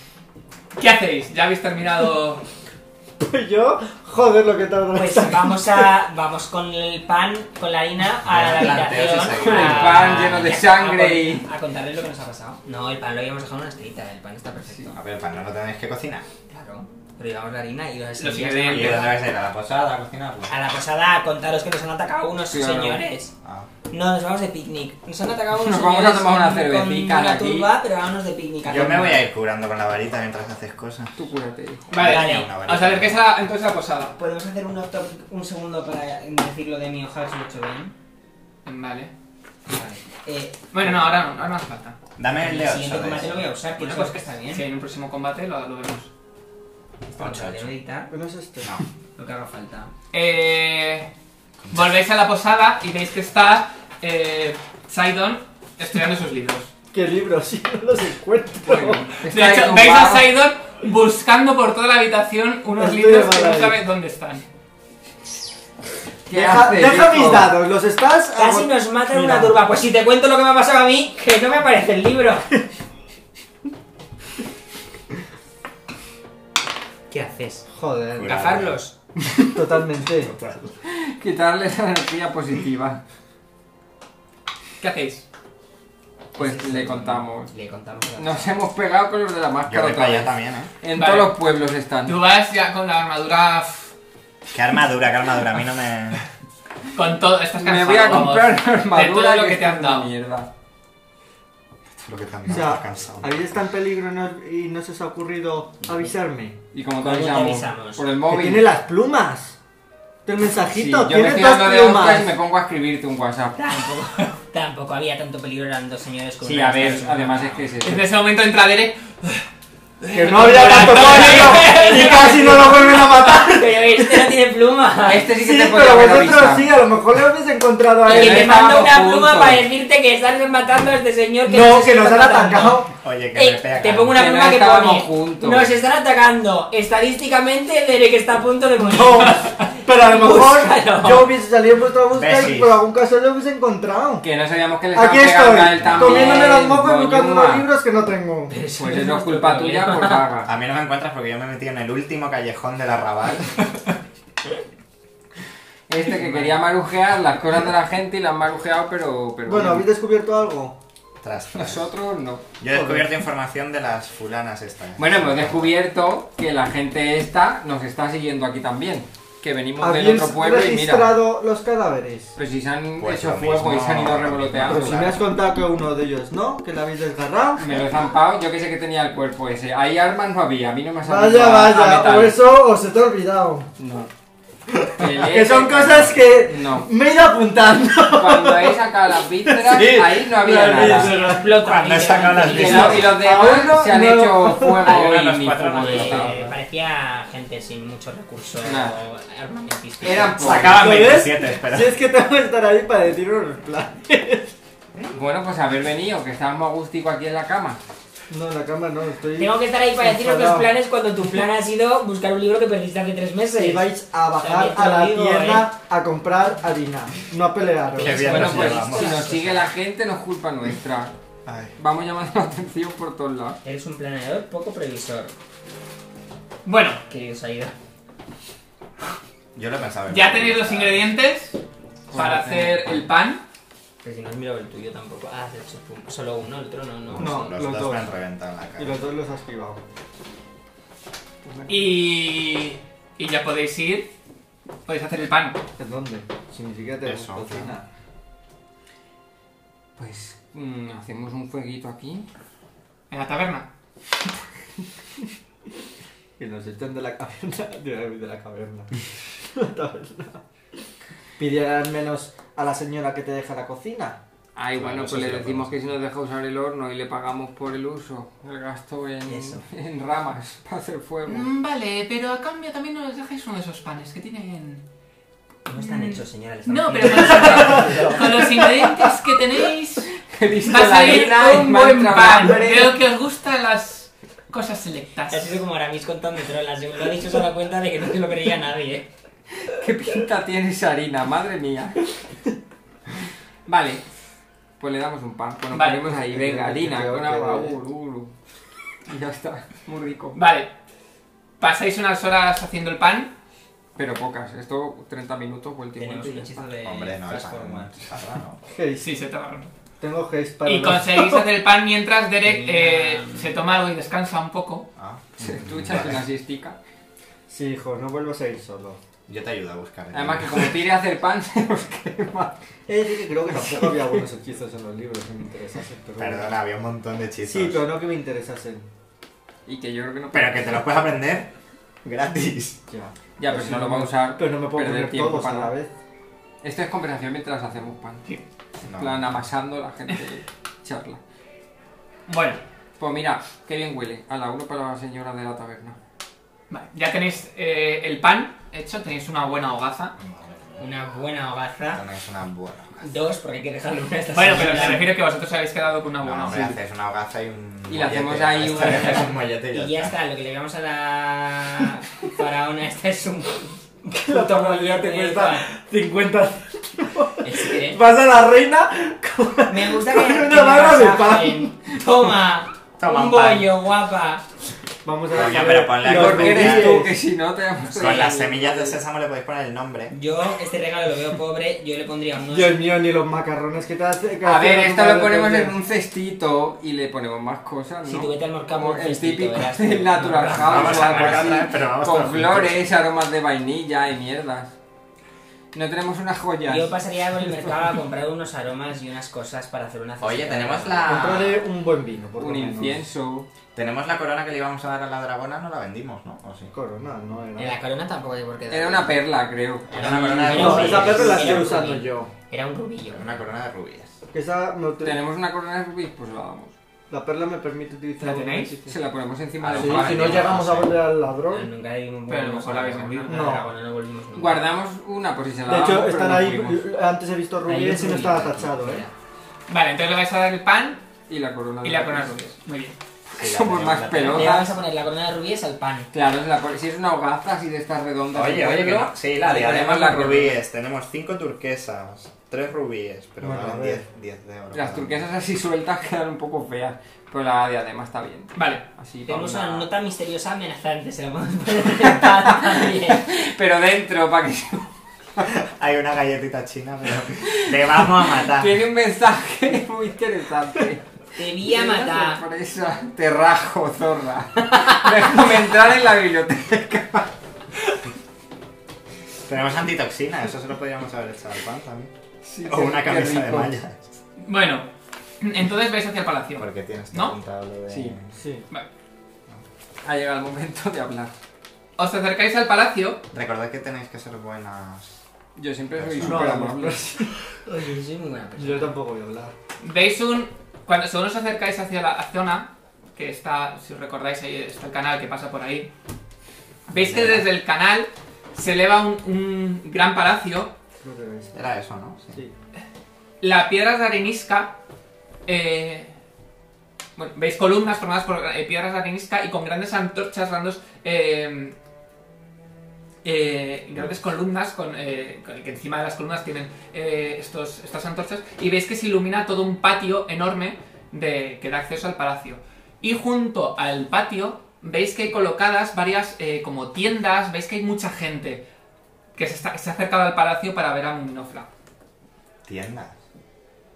¿Qué hacéis? ¿Ya habéis terminado? Pues yo, joder, lo que tarda Pues vamos a. Vamos con el pan, con la harina a la Planteo si habitación. se- Con el a- pan lleno de a- sangre a con- y- A contarles lo que nos ha pasado. No, el pan lo habíamos dejado en una estrellita, el pan está perfecto. A ver, para no lo tenéis que cocinar. Claro. Pero llevamos la harina y los Los semillas- ¿Y ingredientes. dónde vais a ir? ¿A la posada a cocinarlo? A la posada a contaros que nos han atacado unos Claro. señores. Ah. No, nos vamos de picnic. Nos han atacado unos Nos vamos señores. a tomar una con- cervecita Con una aquí. turba, pero vámonos de picnic. Yo me voy a ir curando con la varita mientras haces cosas. Tú cúrate, hijo. Vale. Vale. Una varita. Os acerquéis a la, entonces a la posada. Podemos hacer un, off topic un segundo para decir lo de mi hoja 8 bien. Vale. Eh, Bueno, no, ahora no, ahora no hace falta. Dame el el de siguiente 8. combate lo voy a usar, que Bueno, no pues que está bien. Si hay un próximo combate, lo, lo vemos. Está Ocho, bien, ocho. voy a editar Bueno, es este. No. lo que haga falta. Eh, volvéis a la posada y veis que está eh, Sidon estudiando sus libros. ¿Qué libro? Si no los encuentro. Bueno, De está hecho, ahí veis a tumbado. Sidon buscando por toda la habitación unos Estoy libros que no maravilla. sabe dónde están. ¿Qué Deja, haces, deja hijo? mis dados, los estás. Casi agot- nos matan Mira. una turba. Pues si te cuento lo que me ha pasado a mí, que no me aparece el libro. ¿Qué haces? Cura. Joder, ¿Cafarlos? Totalmente. Total. quitarle esa energía positiva. ¿Qué hacéis? Pues le contamos. Le contamos. a- Nos hemos pegado con los de la Yo máscara voy otra para allá vez. también, ¿eh? En Vale. todos los pueblos están. Tú vas ya con la armadura f- Qué armadura, qué armadura. A mí no me. con todo. Estás cansado. Me voy a vamos. comprar una de todo armadura lo que te está han dado. de Mierda. Esto es lo que te han O dado, sea, estás cansado. ¿Habéis estado en peligro y no- y no se os ha ocurrido avisarme? Y como Pues te ¿Cómo te avisamos, avisamos? por el Que móvil. tiene las plumas. Del Sí, mensajito, yo me tiene estoy dos dando de hojas y plumas. me pongo a escribirte un WhatsApp. Tampoco, tampoco había tanto peligro, eran dos señores con Sí, una a ver, espada. además es que es eso. En ese momento entra Derek. Que no había tanto pollo y casi no lo vuelven a matar. Pero este no tiene pluma. Este sí que Sí, te podría pero haber vosotros avisado. sí, a lo mejor le habéis encontrado a Y que Pero te él. ¿eh? manda una estábamos pluma juntos. para decirte que están matando a este señor que No, nos que está nos han matando. atacado. Oye, que me Ey, pega. te pongo una Que no pluma que estábamos pone juntos. Nos están atacando Estadísticamente Derek está a punto de morir No, pero a lo mejor Búscalo. yo hubiese salido en vuestra búsqueda y Besis. por algún caso lo hubiese encontrado. Que no sabíamos que le Aquí estaban pegando a él estoy, también. comiéndome los mocos y buscando Boyuma. unos libros que no tengo. Pero eso Pues no eso es nuestro culpa tuya problema. por vaga. A mí no me encuentras porque yo me he metido en el último callejón del arrabal. Este que quería marujear las cosas de la gente y las han marujeado, pero. pero Bueno, bien. ¿habéis descubierto algo? Tras, tras. nosotros no. Yo he descubierto información de las fulanas estas. Bueno, pues hemos descubierto que la gente esta nos está siguiendo aquí también. Que venimos del ¿Habéis otro pueblo y mira. registrado los cadáveres? Pues si se han Pues hecho lo fuego y mismo. se han ido Pero revoloteando. si me has contado que uno de ellos no, que le habéis desgarrado. Me lo he zampado, yo que sé que tenía el cuerpo ese. Ahí armas no había, a mí no me has Vaya, vaya, pues- o metal. eso os se te ha olvidado. No. Que son cosas que No. me he ido apuntando. Cuando he sacado las vísceras, Sí, ahí no había las nada. Explota Cuando he sacado las Y, vísceras. literalmente. no- y los demás Ahora no, se han no. hecho fuego Ahora y las mi cuatro fuego no no están. estaba. Eh, Parecía gente sin muchos recursos Nada. armamentísticos Eran pocos. Sacaban ¿Lo ves? 27, Ah, espera. Si es que tengo que estar ahí para deciros los planes. Bueno, pues haber venido, que estábamos agustico aquí en la cama. No, en la cama no, estoy. Tengo que estar ahí para deciros los Enfadado. planes cuando tu plan ha sido buscar un libro que perdiste hace tres meses. Si vais a bajar También te a lo la digo, tienda eh. a comprar harina, no a pelearos. Qué bien Bueno, nos pues llevamos. si nos sigue la gente, no es culpa nuestra. Ay. Vamos llamando la atención por todos lados. Eres un planeador poco previsor, Bueno, querido Saida. Yo lo he pensado. en ya mi tenéis vida. los ingredientes para hacer el pan. Pero si no has mirado el tuyo tampoco. Ah, has hecho pum. Solo uno, el otro no, no. No. Los los dos dos. me han reventado en la Y cara. los dos los has esquivado. Y. Y ya podéis ir. Podéis hacer el pan. ¿En dónde? Si ni siquiera te Eso, cocina. Pues mm, hacemos un fueguito aquí. En la taberna. Que nos echan de la caverna. De la, de la caverna. La taberna. Pidirán menos a la señora que te deja la cocina. Ay, Claro, bueno, eso pues sí le lo decimos podemos que si nos deja usar el horno y le pagamos por el uso, el gasto en, Eso. en ramas para hacer fuego. Mm, Vale, pero a cambio también nos dejáis uno de esos panes que tienen. No están hechos, señora. le están No, pero haciendo. con los, con los ingredientes que tenéis He visto va a la salir harina y un me ha buen entrado pan. ¿eh? hambre. Creo que os gustan las cosas Ha selectas. sido como Aramis contando, pero la segunda ha dicho se da cuenta de que no se lo creía nadie. ¿eh? ¿Qué pinta tiene esa harina? Madre mía. Vale. Pues le damos un pan. Bueno, Vale. ponemos ahí, venga, harina, Creo con que- agua, ur, ur, ur. Y ya está, muy rico. Vale. Pasáis unas horas haciendo el pan. Pero pocas, esto 30 minutos, pues vuelta y Tenemos vuelta y un ya hechizo está. de Hombre, no, es transformar. no. Haze. Sí, se tomaron. Tengo Haze para Y los- conseguís hacer el pan mientras Derek eh, Bien. se toma algo y descansa un poco. Ah. Se ducha con una siestica. Sí, hijo, no vuelvas a ir solo. Yo te ayudo a buscar. ¿eh? Además que como tire a hacer pan, se nos quema. He de decir que Eh, creo que tampoco había buenos hechizos en los libros que me interesasen. Pero bueno. Perdona, había un montón de hechizos. Sí, pero no que me interesasen. Y que yo creo que no... Pero que te los puedes aprender gratis. Ya. Pues Ya, pero si no lo va a usar, Pero no me puedo perder poner tiempo todos a para- la vez. Esto es conversación mientras hacemos pan. No. plan, amasando, la gente charla. Bueno, Pues mira, qué bien huele. A la uno para la señora de la taberna. vale. ya tenéis eh, el pan hecho, tenéis una buena hogaza. Una buena hogaza. Tenéis una buena. Dos, porque hay que dejarle una a esta Bueno, pero señora. se refiere que vosotros habéis quedado con una No, buena hombre, hogaza. haces una hogaza y un. Y le hacemos mollete. ahí un- Le haces un mollete y ya, Y ya está, lo que le damos a la faraona esta es un... La tamalía te Eh, cuesta 50. Es que... Vas a la reina con Me gusta que, Con que una me barra de masajen. Toma, Toma un un pan. bollo, guapa. Vamos a Coño, ver. pero ponle Los algo Porque eres mensajes. tú, que si no te vamos a Con las regañar. semillas de sésamo le podéis poner el nombre. Yo este regalo lo veo pobre, yo le pondría unos... Dios mío, ni los macarrones que te hace. que A hace ver, la esto madre lo ponemos de- en un cestito y le ponemos más cosas, Si ¿no? tú vete al morcamo, Como un el cestito, típico verás tú. del Natural House Vamos o a algo así, marcarla, pero vamos Con todos flores, aromas de vainilla y mierdas. No tenemos unas joyas. Yo pasaría por el mercado a comprar unos aromas y unas cosas para hacer una cesta. Oye, tenemos la. Comprarle un buen vino, por lo Un menos. incienso. Tenemos la corona que le íbamos a dar a la dragona, no la vendimos, ¿no? ¿O sí? Corona, no En la era. corona tampoco hay por qué dar. Era una perla, creo. Era una corona de No, rubíes. esa perla la estoy Era un usando rubí. yo. Era un rubillo. Una corona de rubíes. Que esa no te- Tenemos una corona de rubí, pues la damos. La perla me permite utilizar. ¿La un tenéis? hechizo. Se la ponemos encima Ah, Sí, del sí, pan. si no llegamos a volver al ladrón. Nunca dimos Pero a lo mejor la habéis vendido. No, No. dragona, no volvimos nunca. Guardamos una por si se la De damos, hecho, pero están no ahí. fuimos. Antes he visto Ahí rubíes otro y no estaba rubí, tachado, mira. eh. Vale, entonces le vais a dar el pan Y la corona de y la rubí. corona rubia. Muy bien. Sí, la Somos tenemos, más la tenemos. Le vamos a pelotas. poner la corona de rubíes al pan. Claro, se la pone- si es una hogaza así de estas redondas. Oye, de oye, que cuadro, no. Sí, la le ponemos diadema la de corona. rubíes. Tenemos cinco turquesas, tres rubíes, pero Bueno, valen a ver. 10 10 de oro. Las cada turquesas así sueltas quedan un poco feas, pero la diadema está bien. Vale. Así para Tenemos una- una nota misteriosa amenazante, se la podemos poner en el pan también. Pero dentro, para que se- uno. Hay una galletita china, pero te vamos a matar. Tiene un mensaje muy interesante. Te vi a Tiene una matar. sorpresa. Te rajo, zorra. Déjame entrar en la biblioteca. Tenemos antitoxina, eso se lo podríamos haber echado al pan también. Sí, O qué- una qué camisa de rico. malla. Bueno, entonces vais hacia el palacio. Porque tienes ¿No? apuntado lo de. Sí. Sí. Vale. Ha llegado el momento de hablar. Os acercáis al palacio. Recordad que tenéis que ser buenas. Yo siempre soy No, súper amable. Oye, soy muy buena persona. Yo tampoco voy a hablar. Veis un. Cuando según os acercáis hacia la zona, que está, si os recordáis, ahí está el canal que pasa por ahí. Veis que desde el canal se eleva un, un gran palacio. No te veis. Era eso, ¿no? Sí. Sí. La piedra de arenisca. eh, bueno, veis columnas formadas por eh, piedras de arenisca y con grandes antorchas, grandes. eh, eh, grandes columnas con, eh, con- que encima de las columnas tienen eh, estos, estas antorchas y veis que se ilumina todo un patio enorme de, que da acceso al palacio y junto al patio veis que hay colocadas varias eh, como tiendas veis que hay mucha gente que se, está- se ha acercado al palacio para ver a Muminofla Tiendas.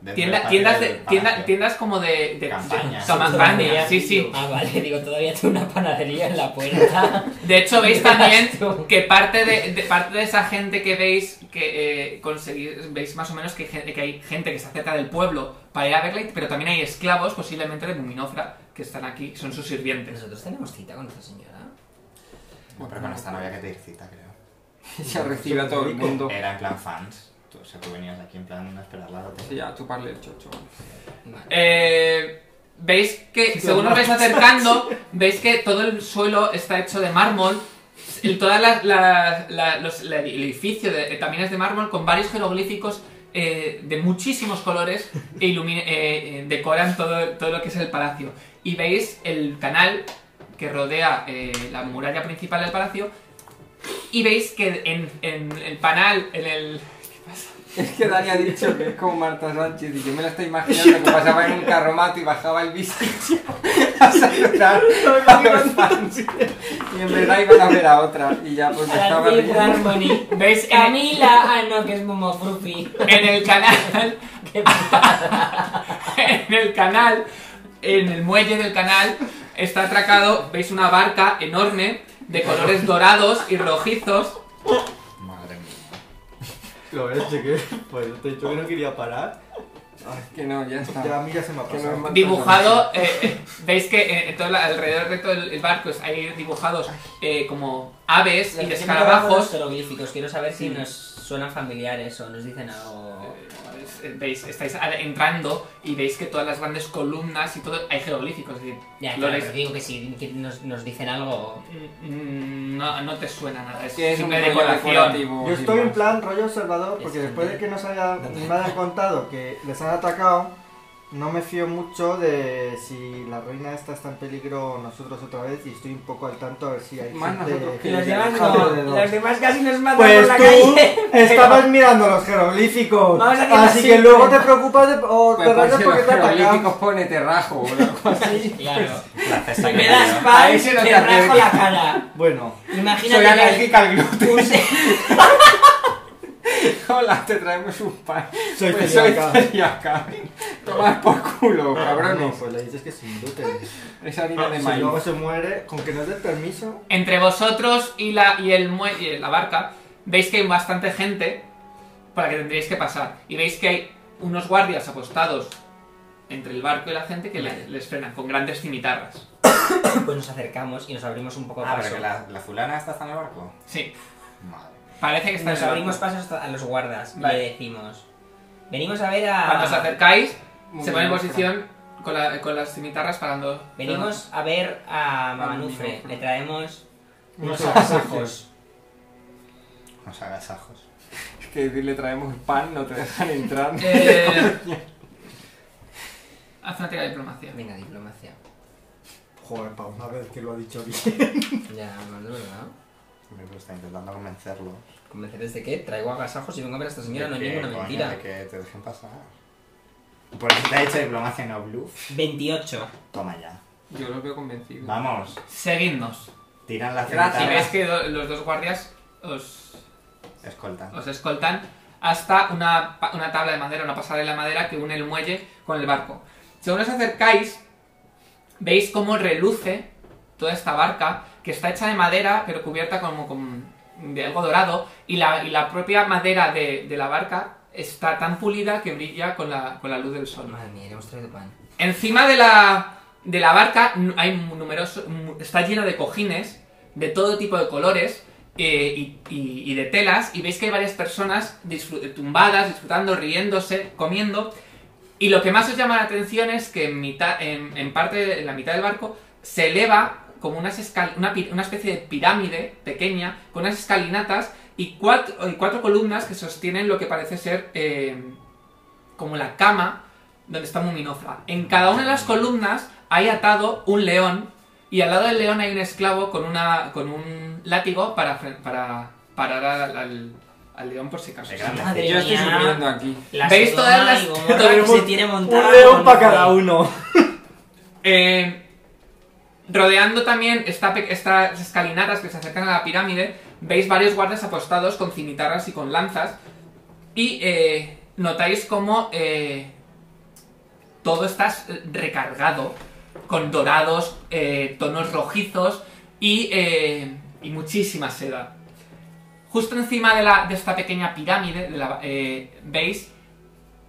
Dentro del Tienda- patio tiendas, de- del tienda- palacio. tiendas como de, de, de- Campaña. campaña, sí, sí. Ah, vale, digo, todavía tengo una panadería en la puerta. De hecho, veis también Tú. que parte de, de- parte de esa gente que veis, que eh, conseguís, veis más o menos que, gen- que hay gente que se acerca del pueblo para ir a verla, pero también hay esclavos, posiblemente de Muminofra, que están aquí, son sus sirvientes. Nosotros tenemos cita con esta señora. Bueno, Pero con esta no había que pedir cita, creo. Se recibe a todo el mundo. Era en plan fans. Tú, o sea, tú venías aquí en plan a esperar la Sí, ya, tú parle el chocho. Vale. Eh, veis que, según os vais acercando, veis que todo el suelo está hecho de mármol. El, toda la- la- la- los- la- el edificio de- eh, también es de mármol con varios jeroglíficos eh, de muchísimos colores e ilumi- eh, eh, decoran todo, todo lo que es el palacio. Y veis el canal que rodea eh, la muralla principal del palacio y veis que en, en el panal, en el... Es que Dani ha dicho que es como Marta Sánchez y yo me la estoy imaginando que pasaba en un carromato y bajaba el bici a saludar a los fans. Y en verdad iban a ver a otra y ya pues estaba Francis riendo. Harmony. ¿Veis? En, Camila, ah no, que es Momo Frupi. en el canal en el canal, en el muelle del canal, está atracado, veis una barca enorme de colores dorados y rojizos. Madre mía. Lo ves, cheque. Pues te he dicho que no quería parar. Que no, ya Ya a está. mí ya se me ha Ah. Que no es pasado. Marta Dibujado, eh, eh, veis que eh, en todo la- alrededor de todo el, el barco hay dibujados eh, como aves y Los que siempre hago los escarabajos. jeroglíficos, quiero saber si nos suenan familiares o nos dicen algo. Eh, Veis, estáis a- entrando y veis que todas las grandes columnas y todo hay jeroglíficos. es decir, Ya, claro, flores. pero digo que si que nos, nos dicen algo. Mm, mm, no, no te suena nada, es, Que es un simple rollo decoración. decorativo. pues. Yo sin estoy en más. plan rollo observador porque después de que nos haya, me hayan contado que les han atacado, No me fío mucho de si la reina esta está en peligro o nosotros otra vez y estoy un poco al tanto a ver si hay Más nosotros que que los se demás deja no, alrededor. Los demás casi nos matan por Pues la tú calle. estabas mirando los jeroglíficos. Vamos a hacer Así así, que luego te pues. preocupas de, o te Pues por rayas si los porque te atacamos. jeroglíficos pone te rajo. ¿no? Claro. La cesta que Me cayó. das pan, Ahí sí no te te rajo atreves. la cara. Bueno, Soy Imagínate alérgica al gluten. que un ser- Hola, te traemos un pan. soy Pues soy celíaca. celíaca. Tomas por culo, No, cabrones. pues le dices que sin gluten. Es harina de Si maíz. luego se muere, con que nos des permiso. Entre vosotros y la, y el mue- y la barca, veis que hay bastante gente por la que tendríais que pasar. Y veis que hay unos guardias apostados entre el barco y la gente que le- les frenan con grandes cimitarras. Pues nos acercamos y nos abrimos un poco Ah, paso. pero que la, la fulana esta está en el barco. Sí, Madre. parece que están Nos en el abrimos barco. pasos a los guardas Vale. y le decimos: Venimos a ver Cuando os a. acercáis, Muy se pone en bien, posición con, la- con las cimitarras parando. Venimos a ver a Mamanufre. Mamanufre. Le traemos unos Unos agasajos. Unos agasajos. Es que decirle traemos pan, no te dejan entrar. Eh, haz una tira de diplomacia. Venga, diplomacia. Joder, para una vez que lo ha dicho bien. Ya, no es verdad. Me gusta intentando convencerlo. ¿Convencerles de qué? Traigo agasajos y vengo a ver a esta De señora. No es que, ninguna coño, mentira. de que te dejen pasar. Por eso te ha hecho diplomacia no bluff. 28. Toma ya. Yo lo veo convencido. Vamos, Seguidnos. tiran la Y cimitarra. veis que do- los dos guardias os, Escolta. os escoltan hasta una, pa- una tabla de madera, una pasarela de madera que une el muelle con el barco. Según os acercáis, veis cómo reluce toda esta barca, que está hecha de madera, pero cubierta como con de algo dorado, y la, y la propia madera de, de la barca está tan pulida que brilla con la, con la luz del sol. Madre mía, le hemos traído pan. Encima de la, de la barca nu- hay numeroso, mu- está lleno de cojines de todo tipo de colores eh, y, y- y de telas y veis que hay varias personas disfru- tumbadas, disfrutando, riéndose, comiendo y lo que más os llama la atención es que en, mitad, en, en parte, en la mitad del barco se eleva como unas escal- una, pi- una especie de pirámide pequeña con unas escalinatas y cuatro, y cuatro columnas que sostienen lo que parece ser eh, como la cama donde está Muminofra. En cada una de las columnas hay atado un león y al lado del león hay un esclavo con, una, con un látigo para, fre- para parar al, al- al león por si acaso. De grande. Madre Yo estoy mía. sufriendo aquí. La ¿Veis Sodoma todas las- y Gomorra que tenemos se tiene montada Un león con- para cada uno. Eh, rodeando también esta pe- estas escalinatas que se acercan a la pirámide, veis varios guardias apostados con cimitarras y con lanzas. Y eh, notáis como todo está eh, recargado con dorados, eh, tonos rojizos y, eh, y muchísima seda. Justo encima de, la- de esta pequeña pirámide, de la- eh, veis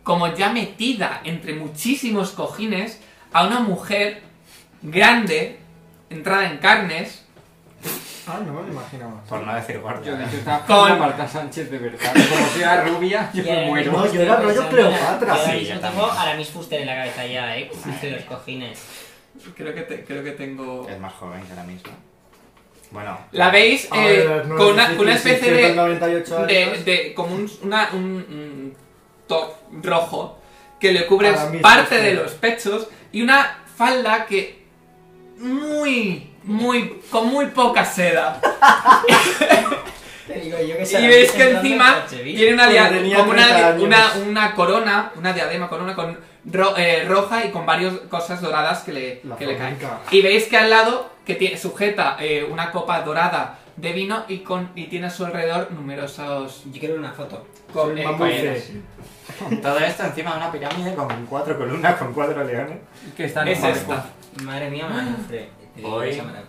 como ya metida entre muchísimos cojines a una mujer grande, entrada en carnes, Ah, no me lo imaginaba. Por no Yo decir de guardia. hecho estaba Con- con Marta Sánchez de verdad. Como sea rubia, yo me Ya, muero. No, yo era rollo pensando- Cleopatra. Yo ahora Sí, mismo yo tengo también. a la Miss Fuster en la cabeza ya, eh. Entre los cojines. creo que, te- creo que tengo... ¿eh? Es más joven que la misma. Bueno. La veis A eh, ver, no con, es una, difícil, con una especie de... 698 años. de, de- como un, una- un- un top rojo que le cubre Para mí, parte sí. de los pechos y una falda que muy muy con muy poca seda Te digo yo que y veis que encima tiene una, dia- Cuando tenía como una, 30 años. una- una corona una diadema corona con ro- eh, roja y con varias cosas doradas que le, La que le caen flamenca. y veis que al lado que tiene, sujeta eh, una copa dorada de vino y con y tiene a su alrededor numerosos Yo quiero una foto. co- Soy eh, mamufle. Todo esto encima de una pirámide con cuatro columnas, con cuatro leones. Que está en Es Marco. esta. Madre mía, Manfred. Te digo Hoy- esa manera.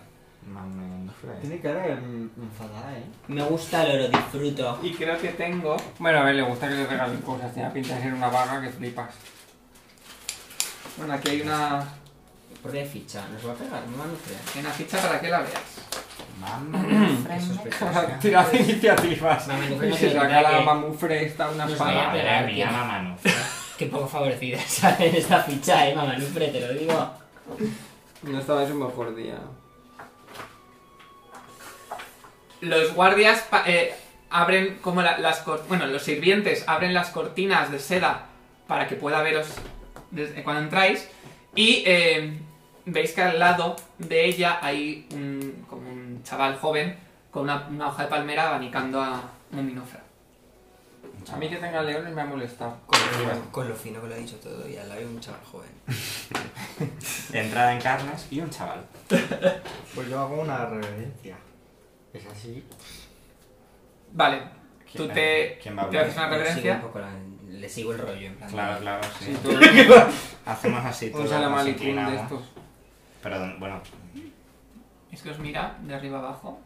Mamanufre. Tiene cara de en- enfadada, ¿eh? Me gusta el oro, disfruto. Y creo que tengo. Bueno, a ver, le gusta que le regalen cosas. Tiene pinta de ser una vaga que flipas. Bueno, aquí hay una, ¿Por qué ficha? ¿Nos va a pegar? No, Manfred. hay una ficha para que la veas. Mamanufre. Qué sospechosa. Tira de iniciativas. Mamanufre Y no se se saca la nota mamufre esta una Nos espada. vaya a pegar, Madre mía, tío. Mamanufre. que, que poco favorecida sale esta ficha, eh, Mamanufre, te lo digo. No estaba en su mejor día. Los guardias pa- eh, abren como la- las cor- bueno, los sirvientes abren las cortinas de seda para que pueda veros desde- cuando entráis, y eh, veis que al lado de ella hay un, como un chaval joven con una, una hoja de palmera abanicando a Muminofra. A mí que tenga leones me ha molestado. Con lo, fino, con lo fino que lo ha dicho todo y al lado hay un chaval joven. Entrada en carnes y un chaval. Pues yo hago una reverencia. Es así. Vale, ¿Quién tú va- te, quién va a te hablar? haces una Le sigo, un reverencia. poco la- le sigo el rollo, en plan. Claro, claro, Sí, sí. tú Hacemos así todo. un nos salamalicún de inclinamos. estos. Perdón, bueno. Es que os mira de arriba abajo.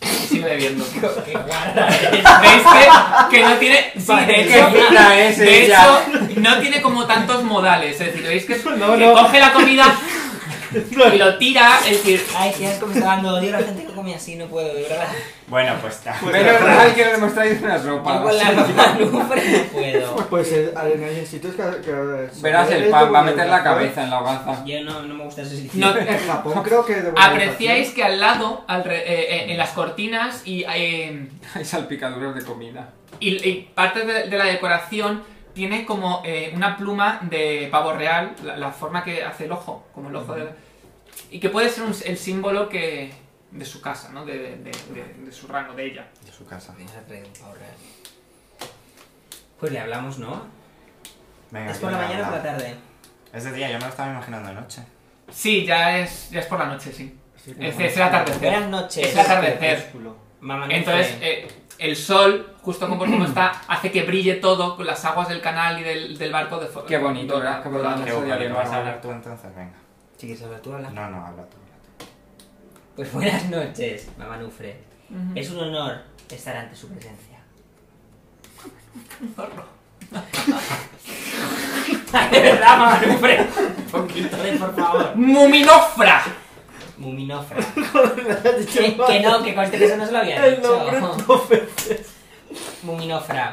Y Sigue bebiendo. Qué guarra. eh. ¿Veis que, que no tiene... Sí, de hecho, fina es de ella. hecho, no tiene como tantos modales. Es decir, veis que, No, que no. coge la comida y lo tira. Es decir, Ay, qué asco me está dando. Odio a la gente que come así, no puedo, de verdad. Bueno, pues está. Menos mal que no le hemos traído una Yo sopa. con la manufre no puedo. Pues eh, hay hay sitios que... que- Verás el pan, va a meter Pues, la cabeza en la hogaza. Yo no, no me gusta ese sitio. no, En Japón creo que... de buena apreciáis que al lado, al re- eh, eh, en las cortinas y... eh, Hay salpicaduras de comida. Y, y parte de, de la decoración tiene como eh, una pluma de pavo real, la, la forma que hace el ojo, como el ojo de- Y que puede ser un- el símbolo que de su casa, ¿no? De, de- de- de su rango, de ella. De su casa. Me has traído un pavo real. Pues le hablamos, ¿no? Venga, ¿Es por la venga, mañana o por habla. la tarde? Es de día, yo me lo estaba imaginando de noche. Sí, ya es, ya es por la noche, sí. ocasión. Es, es el atardecer. Buenas noches. Es el atardecer. Crepúsculo. Mamá no Entonces, sé. eh, el sol, justo como, como está, hace que brille todo con las aguas del canal y del, del barco de forma. Qué bonito, ¿verdad? Qué bonito. Qué Eso bueno, diario, vas no, a no. hablar tú entonces, venga. Si quieres hablar tú, habla. No, no, habla tú. habla tú. Pues buenas noches, mamá Nufre. Es un honor estar ante su presencia. De verdad, mamá Nufre. Entonces, por favor. ¡Muminofra! Muminofra. Que que, que no, que conste que eso no se lo había El dicho. nombre Muminofra.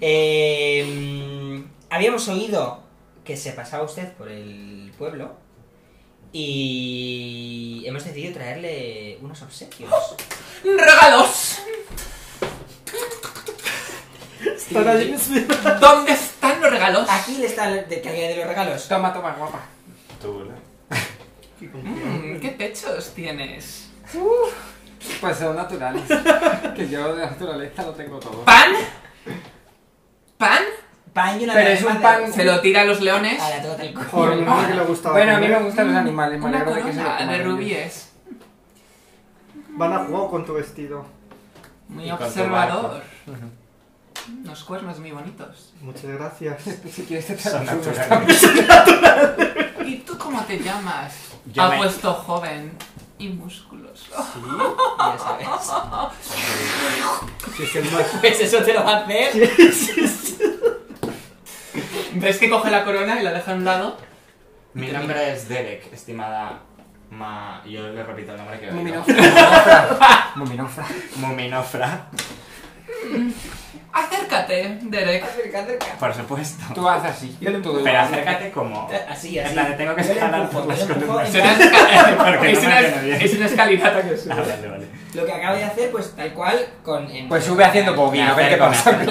Eh, habíamos oído que se pasaba usted por el pueblo y hemos decidido traerle unos obsequios. ¡Regalos! Están allí mismo. ¿Dónde están los regalos? Aquí le está el detalle de los regalos. Toma, toma, guapa. Tú, ¿verdad? Mm, ¿Qué pechos tienes? Pues son naturales. que yo de naturaleza lo tengo todo. ¿Pan? ¿Pan? Pan y una Pero es diadema un de- pan- Se lo tira a los leones. A la tota del cu- Por lo que le gustaba. Bueno, a mí me gustan los animales, me Una alegro de que se lo corona coman de ellos. rubíes. Van a jugar con tu vestido. Muy Y con tu observador. barco. Unos cuernos muy bonitos. Muchas gracias. Si quieres te Son traigo unos. naturales. ¿Y tú cómo te llamas? Yo me- Apuesto joven y musculoso. ya sabes. Si es el más... Pues eso te lo va a hacer. ¿Ves que coge la corona y la deja a un lado? Mi nombre es Derek, estimada ma... Yo le repito el nombre que oigo. Muminofra. Muminofra. Muminofra. Muminofra, Acércate, Derek. Acerca, acerca. por supuesto. Tú haz así. todo Pero igual. acércate como... Así, En así. plan, tengo que Yo le escalar por empujo, yo las le empujo. columnas. Es una, esca- Porque es no me una- viene bien. es una escalinata que Ah, sube. vale, vale. Lo que acabo de hacer, pues tal cual, con... en- Pues sube haciendo bobina, a ver qué pasa. Tú eres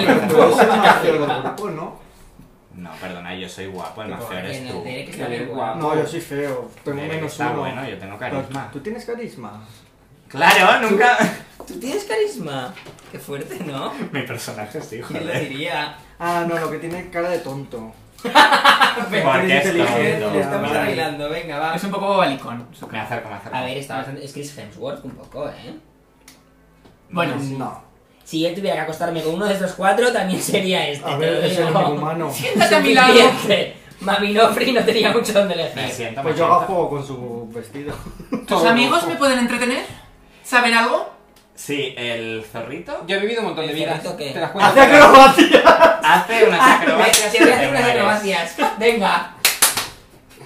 el más feo del grupo, ¿no? No, perdona, yo soy guapo, el más feo Que eres no, tú. tiene que Que estar eres bien. guapo. No, yo soy feo. Eh, Tengo Derek menos está uno. bueno, yo tengo carisma. ¿Tú tienes carisma? Claro, nunca... Tú tienes carisma. Qué fuerte, ¿no? Mi personaje sí, ¿Quién lo joder. diría? Ah, no, lo que tiene cara de tonto. Porque es Inteligente, tonto. Lo estamos Vale. arreglando, venga, va. Es un poco balicón. su Me cara. acerco, me acerco. A ver, este- está bastante... Es Chris Hemsworth un poco, ¿eh? Bueno, No. Si yo tuviera que acostarme con uno de estos cuatro, también sería este. A te ver, lo Eh, es el digo. único humano. siéntate a mi lado. Suficiente. Mami Nofri no tenía mucho donde Me elegir. siento, me Pues yo hago siento. juego con su vestido. ¿Tus Todo amigos loco. me pueden entretener? ¿Saben algo? Sí, el zorrito Yo he vivido un montón de ¿El vidas. zorrito qué? ¿Te das ¡Hace cuenta? acrobacia! hace unas acrobacias. Se voy a hacer unas enormes. acrobacias. Venga.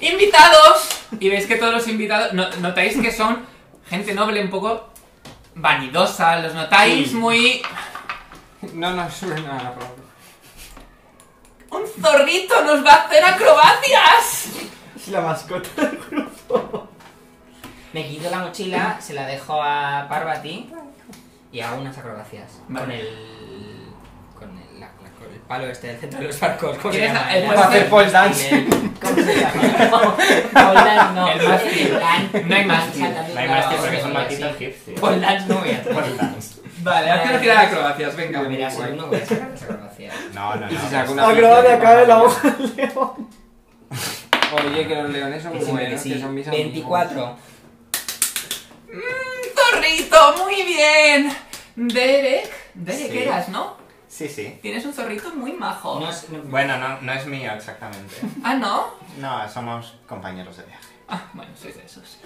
¡Invitados! Y veis que todos los invitados. no- notáis que son gente noble, un poco vanidosa. Los notáis muy. No nos suena la palabra. ¡Un zorrito nos va a hacer acrobacias! Es la mascota. Me quito la mochila, se la dejo a Parvati y hago unas acrobacias. Vale. Con el. con el, la- la- con el palo este del centro de los barcos. ¿Cómo se ¿Quieres llama? el El- puesto el- del pole dance? el- ¿Cómo se llama? Poland no. El mástil. Poland. No hay mástil. También No hay para más que porque son hombres, maquitas sí. hipster. Pues- Poland no voy a hacer. Pole dance. Vale, haz que no tirar acrobacias, venga. Mira, si pues, no voy a sacar las acrobacias. No, no, no. Y si saco una Acrobacia fiesta, cae la vale. hoja del león. Oye, que los leones son Que sí, que buenos, sí. que son mis amigos. 24. ¡Zorrito! ¡Muy bien! Derek. Derek Sí. eras, ¿no? Sí, sí. Tienes un zorrito muy majo. No es- no- Bueno, no, no es mío exactamente. Ah, ¿no? No, somos compañeros de viaje. Ah, bueno, sois de esos.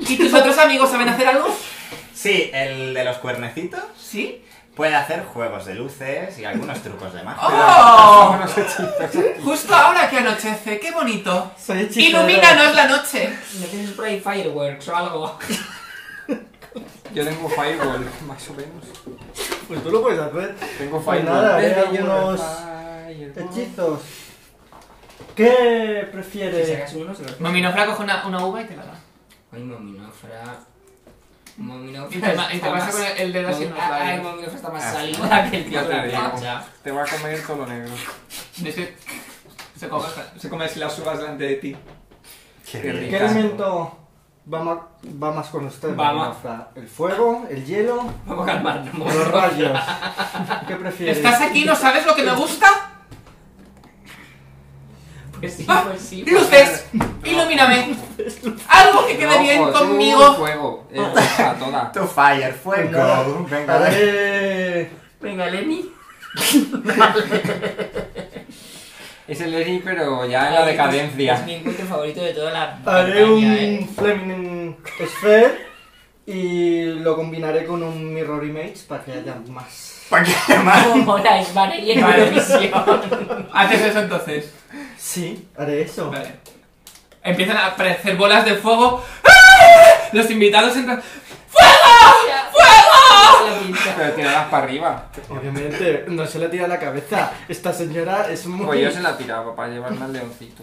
¿Y tus otros amigos saben hacer algo? Sí, el de los cuernecitos ¿Sí? puede hacer juegos de luces y algunos trucos de magia. ¡Oh! Justo ahora que anochece, qué bonito. Soy hechicero. Ilumínanos la noche. ¿No tienes por ahí fireworks o algo? Yo tengo Fireball, más o menos. Pues tú lo puedes hacer. Tengo Pues Fireball. nada, haré Tengo algunos Fireball. hechizos. ¿Qué Si prefieres? sacas uno, se los Mominofra coge una, una uva y te la da. Ay, mominofra. Y Mominofra. te, ma- y te pasa con el, el dedo así en los Ay, labios. mominofra está más Ah, sí. saliva que el tío Ya de te la digo. derecha. Te va a comer todo lo negro. Es que se come, se come así las uvas delante de ti. Qué Qué bien. ¿Qué elemento va más, va más con usted? Va Manuel más. Fra? ¿El fuego? ¿El hielo? Vamos a calmarnos. ¿O los rayos? ¿Qué prefieres? ¿Estás aquí? ¿No sabes lo que me gusta? Pues sí, Ah, pues sí. ¡Luces! ¡Ilumíname! ¡Algo que quede Rojo, bien tú, conmigo! Fuego, Eh, roja, toda. Tu Pues fire, fuego. nada, Venga, haré- Venga, Lenny. Es el Lenny, pero ya en la Es decadencia. mi encuentro favorito de toda la Haré montaña, un eh. Fleming Sphere y lo combinaré con un Mirror Image para que haya más. ¿Para qué más? Como mola, es Vanelli en Eurovisión. Haces eso entonces. Sí, haré eso. Vale. Empiezan a aparecer bolas de fuego. ¡Ah! Los invitados entran. ¡Fuego! ¡Fuego! Pero tiradas para arriba. Obviamente, no se le tira la cabeza. Esta señora es muy. Pues yo se la tiraba para llevarme al leoncito.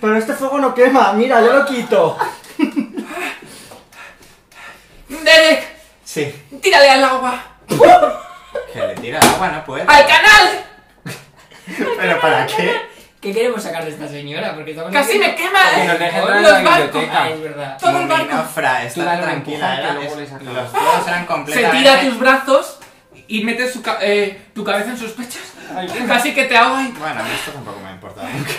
Pero este fuego no quema, mira, yo lo quito. ¡Derek! Sí. ¡Tírale al agua! Que le tira el agua, no puede. ¡Al canal! ¿Pero para qué? ¿Qué queremos sacar de esta señora? Porque estamos ¡Casi me diciendo- quema! ¿eh? Que nos deje entrar en ¡Los la barcos! biblioteca. Ah, es verdad. Todo el barco. Mominofra, está dale un tranquila. empujón, que Era, luego le es- sacamos. los dos eran Se completamente... tira a tus brazos y metes su ca- eh, tu cabeza en sus pechos. Casi que te ahoga y- Bueno, a mí esto tampoco me ha importado nunca.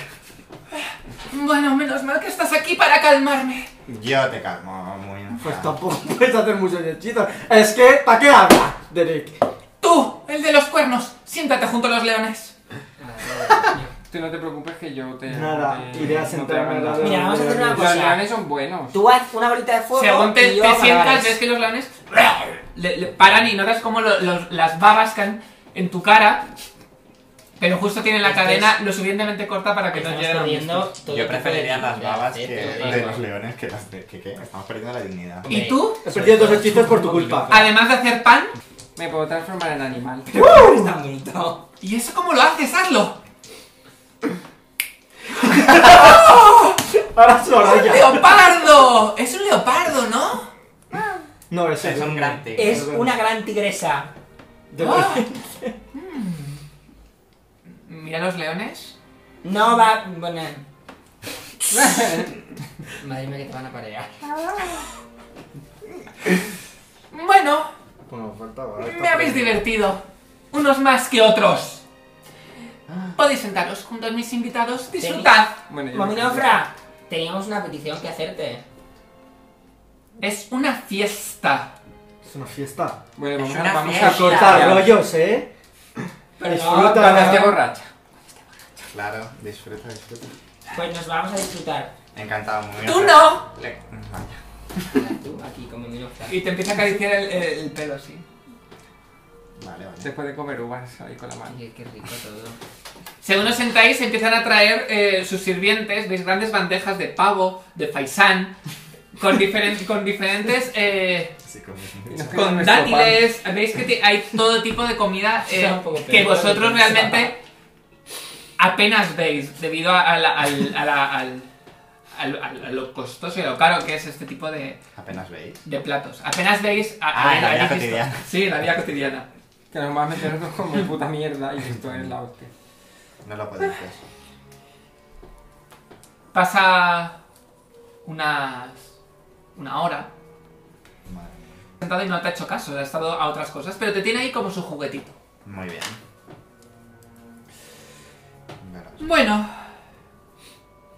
Bueno, menos mal que estás aquí para calmarme. Yo te calmo, muy Pues tampoco puedes hacer muchos hechizos. Es que, ¿para qué habla, Derek? Tú, el de los cuernos, siéntate junto a los leones. Tú no te preocupes que yo te. Nada, te- iré a Eh, no te sentarme hagan al lado nada. de Mira, vamos a hacer una Los cosa. leones son buenos. Tú haz una bolita de fuego. Según te, Oh, y yo te hago malabares. sientas, ves que los leones le- le paran y notas como lo- los- las babas caen en tu cara, pero justo tienen la Esto cadena lo suficientemente corta para que no Estamos lleguen a un perdiendo todo Yo tipo de preferiría las dignidad, babas eh, que todo de tipo. los leones que las de... ¿Qué qué? Estamos perdiendo la dignidad. ¿Y tú? He perdido dos hechizos por tu culpa. Además de hacer pan. Me puedo transformar en animal. Es tan bonito. ¿Y eso cómo lo haces? ¡Hazlo! Ahora ¡Es un Soraya. leopardo! Es un leopardo, ¿no? No, es Es eso. un gran tigre. Es una gran tigresa. De- Ah. Mira los leones. No va. Bueno. Madre mía, que te van a parear. Bueno, Bueno, faltaba. me habéis divertido. Unos más que otros. Podéis sentaros junto a mis invitados. Disfrutad. Bueno, yo- Mominofra, teníamos una petición que hacerte. Es una fiesta. Es una fiesta. Bueno, vamos, Es a, una vamos a fiesta. Corta cortar rollo. rollos, ¿eh? Pero Disfruta. Cuando esté borracha. Claro, disfruta, disfruta. pues nos vamos a disfrutar. Encantado, muy bien. ¡Tú no! Le- Vaya. Tú, aquí, con Mominofra. Y te empieza a acariciar el, el- el pelo así. Vale, vale. Después de comer uvas ahí con la mano. Ay, Qué rico todo. Según os sentáis, empiezan a traer eh, sus sirvientes, veis grandes bandejas de pavo, de faisán, con, diferen- con diferentes... eh, Sí, como- Y nos queda con nuestro pan. dátiles, veis que te- hay todo tipo de comida eh, Está un poco que peor, vosotros lo que pensaba. realmente apenas veis debido a, a la- al- a la- al- al- al- a lo costoso y a lo caro que es este tipo de, Apenas veis. de platos. Apenas veis a, Ah, a- la a- vida a- cotidiana. Sí, la vida cotidiana. Que nos va a meter nosotros como puta mierda y esto es la hostia. No lo podéis hacer. Pasa unas. una hora Madre mía. sentado y no te ha hecho caso, ha estado a otras cosas, pero te tiene ahí como su juguetito. Muy bien. Verás. Bueno.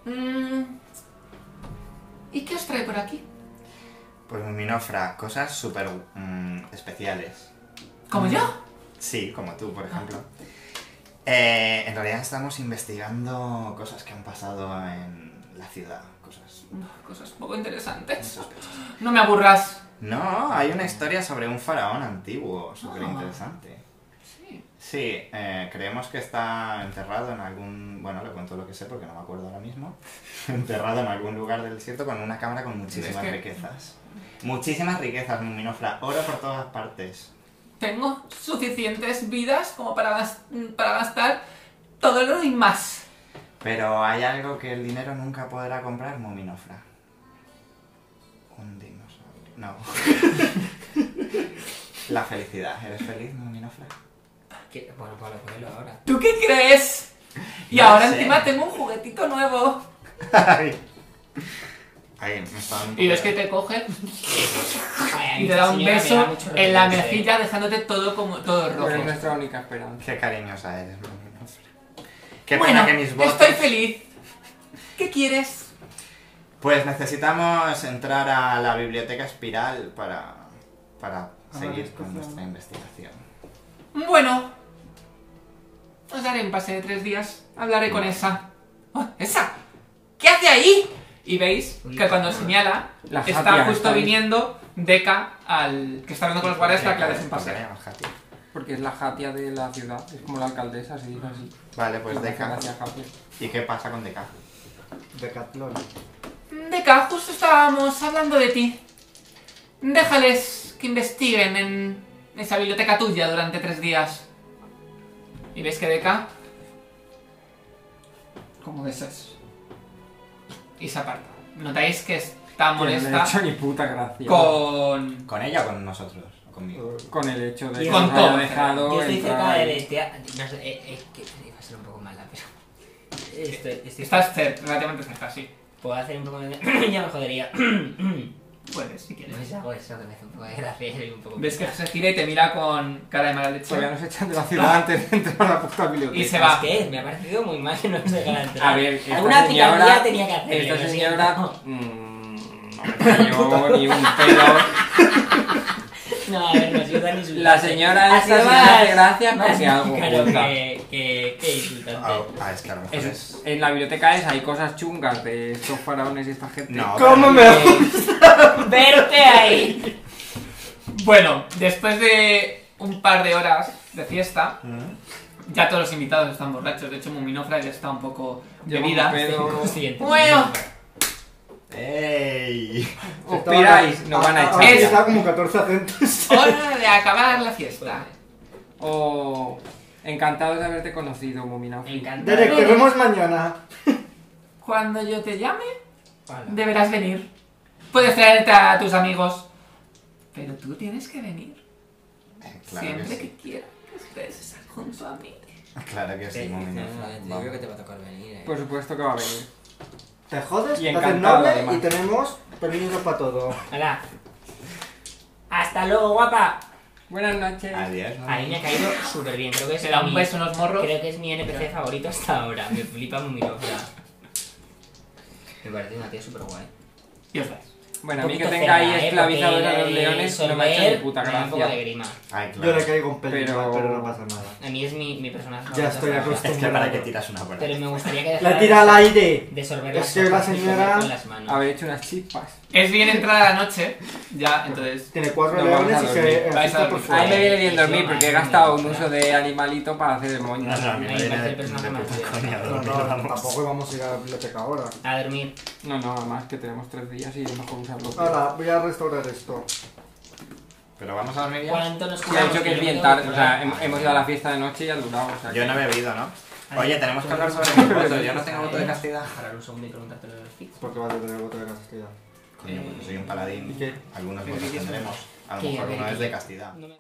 Mm. ¿Y qué os trae por aquí? Pues Minofra, cosas súper mm, especiales. ¿Como yo? Sí, como tú, por ejemplo. Eh, en realidad estamos investigando cosas que han pasado en la ciudad, cosas Cosas poco interesantes. sospechosas. No me aburras. No, hay una historia sobre un faraón antiguo, súper interesante. Sí. Sí, eh, creemos que está enterrado en algún... Bueno, le cuento lo que sé porque no me acuerdo ahora mismo. enterrado en algún lugar del desierto con una cámara con muchísimas que- riquezas. Muchísimas riquezas, Minofra. Oro por todas partes. Tengo suficientes vidas como para, gas- para gastar todo lo y más. Pero hay algo que el dinero nunca podrá comprar, Muminofra. Un dinosaurio. No. La felicidad. ¿Eres feliz, Muminofra? ¿Qué? Bueno, para ponerlo ahora. ¿Tú qué crees? Y No ahora sé. encima tengo un juguetito nuevo. Ay, Ay, me está dando un Y es que poco- te coge Ay, y te da un señora, me beso da mucho en la respeto. mejilla dejándote todo como todo rojo. Pero es nuestra única esperanza. Qué cariñosa eres, Muminofra. Qué bueno, pena que mis votos... estoy feliz. ¿Qué quieres? Pues necesitamos entrar a la biblioteca espiral para... Para la seguir con discusión. nuestra investigación. Bueno, os daré un pase de tres días. Hablaré con esa. Oh, ¡Esa! ¿Qué hace ahí? Y veis que cuando señala, La está Hatia justo está ahí. viniendo Deca al que está hablando con los guardias para que la dejen pasar. Podríamos jatear. Porque es la jatia de la ciudad. Es como la alcaldesa, se dice así. Vale, pues La Deca. jatia, jatia. ¿Y qué pasa con Deca? Decathlon. Deca, justo estábamos hablando de ti. Déjales que investiguen en esa biblioteca tuya durante tres días. Y ves que Deca. Como besas. Y se aparta. Notáis que está Que no le molesta he hecho ni puta gracia. con. ¿Con ella o con nosotros? ¿O conmigo? Con el hecho de Y que con nos todo. haya dejado Yo estoy entrar cerca ahí. de... de- No sé, eh, eh, que iba a ser un poco mala, pero. Estoy, estoy- Estás cer- relativamente cerca, sí. Puedo hacer un poco de... ya me jodería. Pues Puedes, si quieres. hago eso que me hace un poco de gracia y un poco... Ves que se gira y te mira con cara de mala leche. Todavía nos echan de la ciudad antes de entrar a la puta biblioteca. Y se ¿Sabes va. qué es? Me ha parecido muy mal que no se dejara entrar. A ver, que alguna esta señora- picardía tenía que hacer. Esta señora. mm, No me cayó ni un pelo. No, a ver, no insulta ni insultante. La señora Ha esta sido sí más- hace gracia más porque algo pues, pícaro oculta. que, que, que insultante. Ah, ah, es que a lo mejor es... Es- en la biblioteca esa hay cosas chungas de estos faraones y esta gente. No, ¿Cómo me Eh, ¡Verte ahí! Bueno, después de un par de horas de fiesta, ¿Mm? ya todos los invitados están borrachos. De hecho, Muminofra ya está un poco Lleva un bebida. pedo. Consciente. Bueno, ¡Ey! Os piráis, Oh, nos van a Ah, ah, echar. Está como 14 acentos. hora de acabar la fiesta. O. Encantado de haberte conocido, Momina. Me encanta. Derek, te vemos mañana. Cuando yo te llame, Hola. deberás venir. Puedes traerte a tus amigos, pero tú tienes que venir Eh, Claro que siempre sí. que quiera que estés junto a mí. Claro que Te- sí, te- Muminofra. te- Yo Vamos. creo que te va a tocar venir, eh. Por supuesto que va a venir. Te jodes, Y te haces encantado, noble además. y tenemos permiso para todo. Hola. Hasta luego, guapa. Buenas noches. Adiós. A mí me ha caído súper bien. Creo que es Se da un mi- beso en los morros. Creo que es mi NPC favorito hasta ahora. Me flipa muy Me parece una tía súper guay. Y os vais. Bueno, a mí que tenga ahí ¿eh? ¿eh? esclavizados a los leones no me ha hecho ni puta gracia. Ay, Yo le claro. caigo un pelín, Pero- mal, pero no pasa nada. A mí es mi, mi personaje favorito. Ya hasta estoy ahora. Es que acostumbrado. para qué tiras una buena. Pero me gustaría que dejara La tira al de- aire. de Es sorber las que la hojas y comer señora- con las manos. Haber hecho unas chispas. Es bien entrada la noche, ya, entonces. Tiene cuatro No, vamos leones a y dormir. se Vais a asusta por dormir. Pues A mí me fuera. viene bien dormir porque he gastado un uso de animalito para hacer el moño. No, ¿eh? no, a mí me Ay, me viene parece de el personaje más puta tío. coña, No, ¿dónde no, vamos? tampoco vamos a ir a la biblioteca ahora. A dormir. No, no, además que tenemos tres días y es mejor usarlo. Ahora, voy a restaurar esto. Pero vamos a dormir ya. ¿Cuánto nos Sí, ha jugamos? dicho que es yo bien me tarde, tengo o que sea, hem- hemos ido a la fiesta de noche y ha durado, o sea Yo que- no he bebido, ¿no? Ay, Oye, tenemos que tú- hablar sobre mis votos. Yo no tengo voto de castidad. Parar un segundo y preguntarte lo de los tics. Porque vas a tener voto de castilla. Coño, pues yo soy un paladín. ¿Y qué? Algunos Pero votos sí que es- tendremos. A lo ¿Qué? A mejor ver, uno ¿qué? es de castidad. No me-